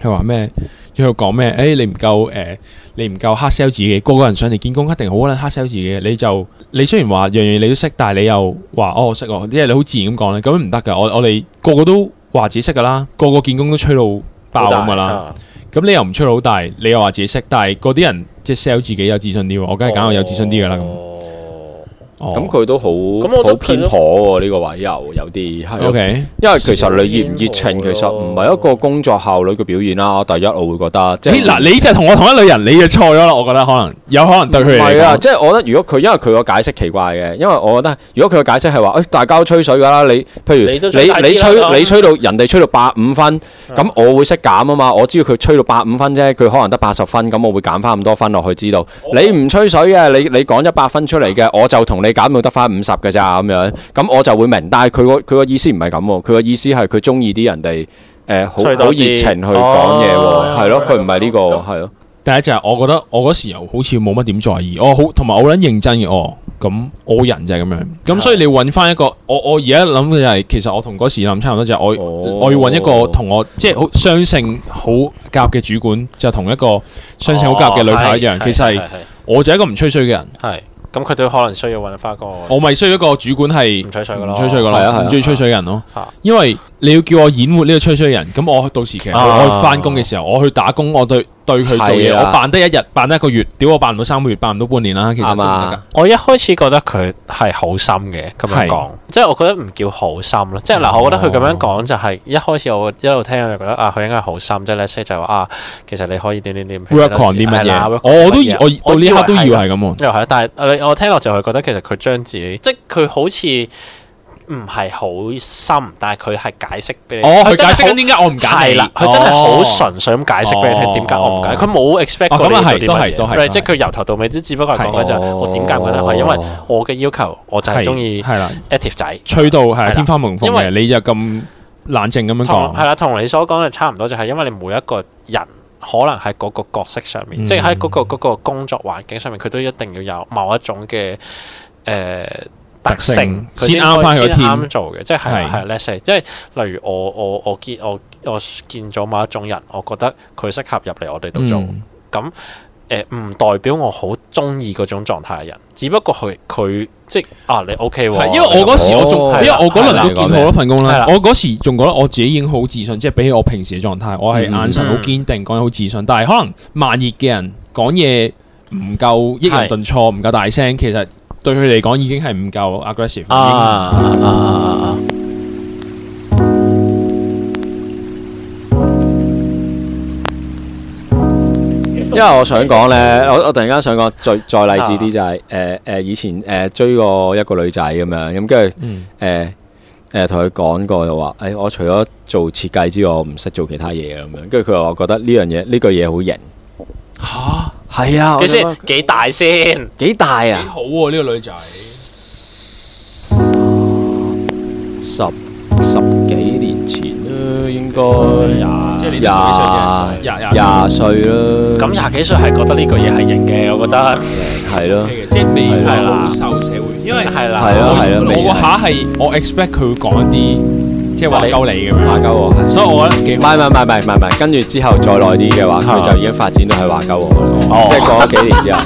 B: 佢話咩？佢講咩？誒、你唔夠誒、你唔夠黑 sell 自己，個個人上嚟見工一定好撚黑 sell 自己嘅。你就你雖然話樣樣你都識，但係你又話哦我識喎，即係你好自然咁講咧，咁樣唔得㗎。我我哋個個都話自己識㗎啦，個個見工都吹到爆咁㗎
C: 啊
B: 啦。。
C: 哦
B: 咁你又唔吹到好大，你又話自己識，但係嗰啲人即係 sell 自己有自信啲喎，我梗係揀我有自信啲㗎啦咁。
C: 哦
A: 咁
B: 咁
A: 佢都好
C: 咁我都
A: 好偏頗喎，呢個位又有啲係
B: O
A: 咯。
B: K
A: 因為其實你熱唔熱情，其實唔係一個工作效率嘅表現啦。第一，我會覺得即係
B: 嗱，你就同我同一類人，你就錯咗啦。我覺得可能有可能對佢
A: 唔
B: 嚟
A: 係啊，
B: 講。
A: 即係我覺得如果佢因為佢個解釋奇怪嘅，因為我覺得如果佢個解釋係話，誒哎大家都吹水㗎啦，你譬如
C: 你
A: 你
C: 都吹大啲啦
A: 你
C: 咁
A: 吹你吹到人哋吹到八五分，咁我會識減啊嘛，我知道佢吹到八五分啫，佢可能得八十分，咁我會減翻咁多分落去，知
C: 哦
A: 道你唔吹水嘅，你你講一百分出嚟嘅，我就同你減到得翻五十嘅咋咁樣，咁我就會明。但係佢個佢個意思唔係咁喎，佢個意思係佢中意啲人哋誒好
C: 吹到啲
A: 好熱情去講嘢
C: 哦
A: 喎，係咯，佢唔係呢個係咯。
B: 第一就係我覺得我嗰時又好似冇乜點在意，我好同埋我好撚認真嘅我，咁我人就係咁樣，
A: 啊
B: 咁所以你揾翻一個我我而家諗嘅就係、其實我同嗰時諗差唔多就係我、
A: 哦
B: 我要揾一個同我即係好相性好夾嘅主管，就同一個相性好夾
C: 哦
A: 哦
B: 嘅女朋友一樣。其實係我就係一個唔吹水嘅人，
C: 係咁，佢都可能需要揾翻個
B: 我咪需要一個主管係
C: 唔吹水噶咯，
B: 唔吹水嘅
A: 係啊係
B: 咯，
A: 啊
B: 唔中意吹水嘅人咯
C: 啊。
B: 因為你要叫我演活呢個吹水嘅人，咁我到時其實
C: 啊
B: 我翻工嘅時候，我去打工，我對對佢做嘢，
A: 係啊
B: 我扮得一日，扮得一個月，屌我扮唔到三個月，扮唔到半年啦，其實都
A: 啱
B: 唔
A: 啊
B: 得噶。
C: 我一開始覺得佢係好心嘅咁樣講，即係我覺得唔叫好心咯。即係嗱，
B: 哦
C: 我覺得佢咁樣講就係一開始我一 路聽我就覺得啊，佢應該係好心，即係咧，即係就話啊，其實你可以點點點
B: work on 啲乜嘢？我都以我到呢刻都以為係咁喎。
C: 又係，但係你我聽落就係覺得其實佢將自己，即係佢好似唔係好深，但係佢係解釋俾你。
B: 哦，佢
C: 真係
B: 解釋
C: 好
B: 緊點解我唔揀你
C: 係啦，佢真係好
B: 哦
C: 純粹咁解釋俾你聽
B: 哦
C: 點解我唔揀，佢冇 expect
B: 哦
C: 過你
B: 咁啊
C: 做
B: 係
C: 啲
B: 都
C: 乜
B: 係都係哦
C: 嘢，
B: 都
C: 即係
B: 係
C: 佢由頭到尾都只不過係講緊
B: 係
C: 就
A: 啊
C: 係我點解唔揀咧，係因為我嘅要求我就係中意
B: 係啦，
C: active 仔，
B: 吹到
C: 係啦
B: 係天花龍鳳
C: 因為
B: 嘅，你就咁冷靜咁樣
C: 同係
B: 講。
C: 啦，同你所講嘅差唔多，就係因為你每一個人可能喺嗰個角色上面，
B: 嗯
C: 即係喺嗰個嗰個工作環境上面，佢都一定要有某一種嘅誒、呃特
B: 特性
C: 性，佢
B: 先啱返佢個
C: 先
B: team
C: 啱做嘅，即係係
B: 係
C: 係 let's say，即係例如我我我見我我見咗某一種人，我覺得佢適合入嚟我哋度做。
B: 嗯
C: 咁誒唔代表我好中意嗰種狀態嘅人，只不過佢佢即係啊你 OK 喎，
B: 係因為我嗰時我仲，
A: 哦
B: 因為我嗰輪都見好多份工
C: 係
B: 啦
C: 啦。
B: 我嗰時仲覺得我自己已經好自信，即係比起我平時嘅狀態，我係
A: 嗯
B: 眼神好堅定，講嘢好自信。但係可能慢熱嘅人講嘢唔夠抑揚頓挫，唔夠大聲，其實對佢嚟講已經係唔夠 aggressive 已經。
C: 啊啊啊
B: 嗯
A: 因為我想講 咧，我我突然間想講再再勵志啲就係誒誒以前誒、呃追過一個女仔咁樣，咁跟住
B: 嗯
A: 誒誒同佢講過就話，誒、我除咗做設計之外，我唔識做其他嘢咁樣，跟住佢話我覺得呢樣嘢呢句嘢好型，
B: 嚇
A: 係啊
C: 啊！佢先幾大
B: 嗯
C: 先？
A: 幾大
B: 幾
A: 啊？
B: 好喎呢個女仔，
A: 十十幾年前啦，應該
B: 即係你
A: 廿
B: 都十幾歲嘅廿廿廿
A: 廿歲啦，
C: 咁廿幾歲係覺得呢個嘢係型嘅，我覺得
A: 係咯，
B: OK 嘅，即係未
A: 係
C: 啦
B: 好受社會，因為
C: 係
A: 係
C: 啦
A: 啊。
B: 我
A: 未
B: 我個下係我 expect 佢會講一啲即係話鳩你咁
A: 話
B: 樣，
A: 鳩我係。
B: 所以我覺得
A: 唔係唔係唔係唔係
B: 幾好。
A: 唔係，跟住之後再耐啲嘅話，佢就已經發展到係話鳩我，即係過咗幾年之後，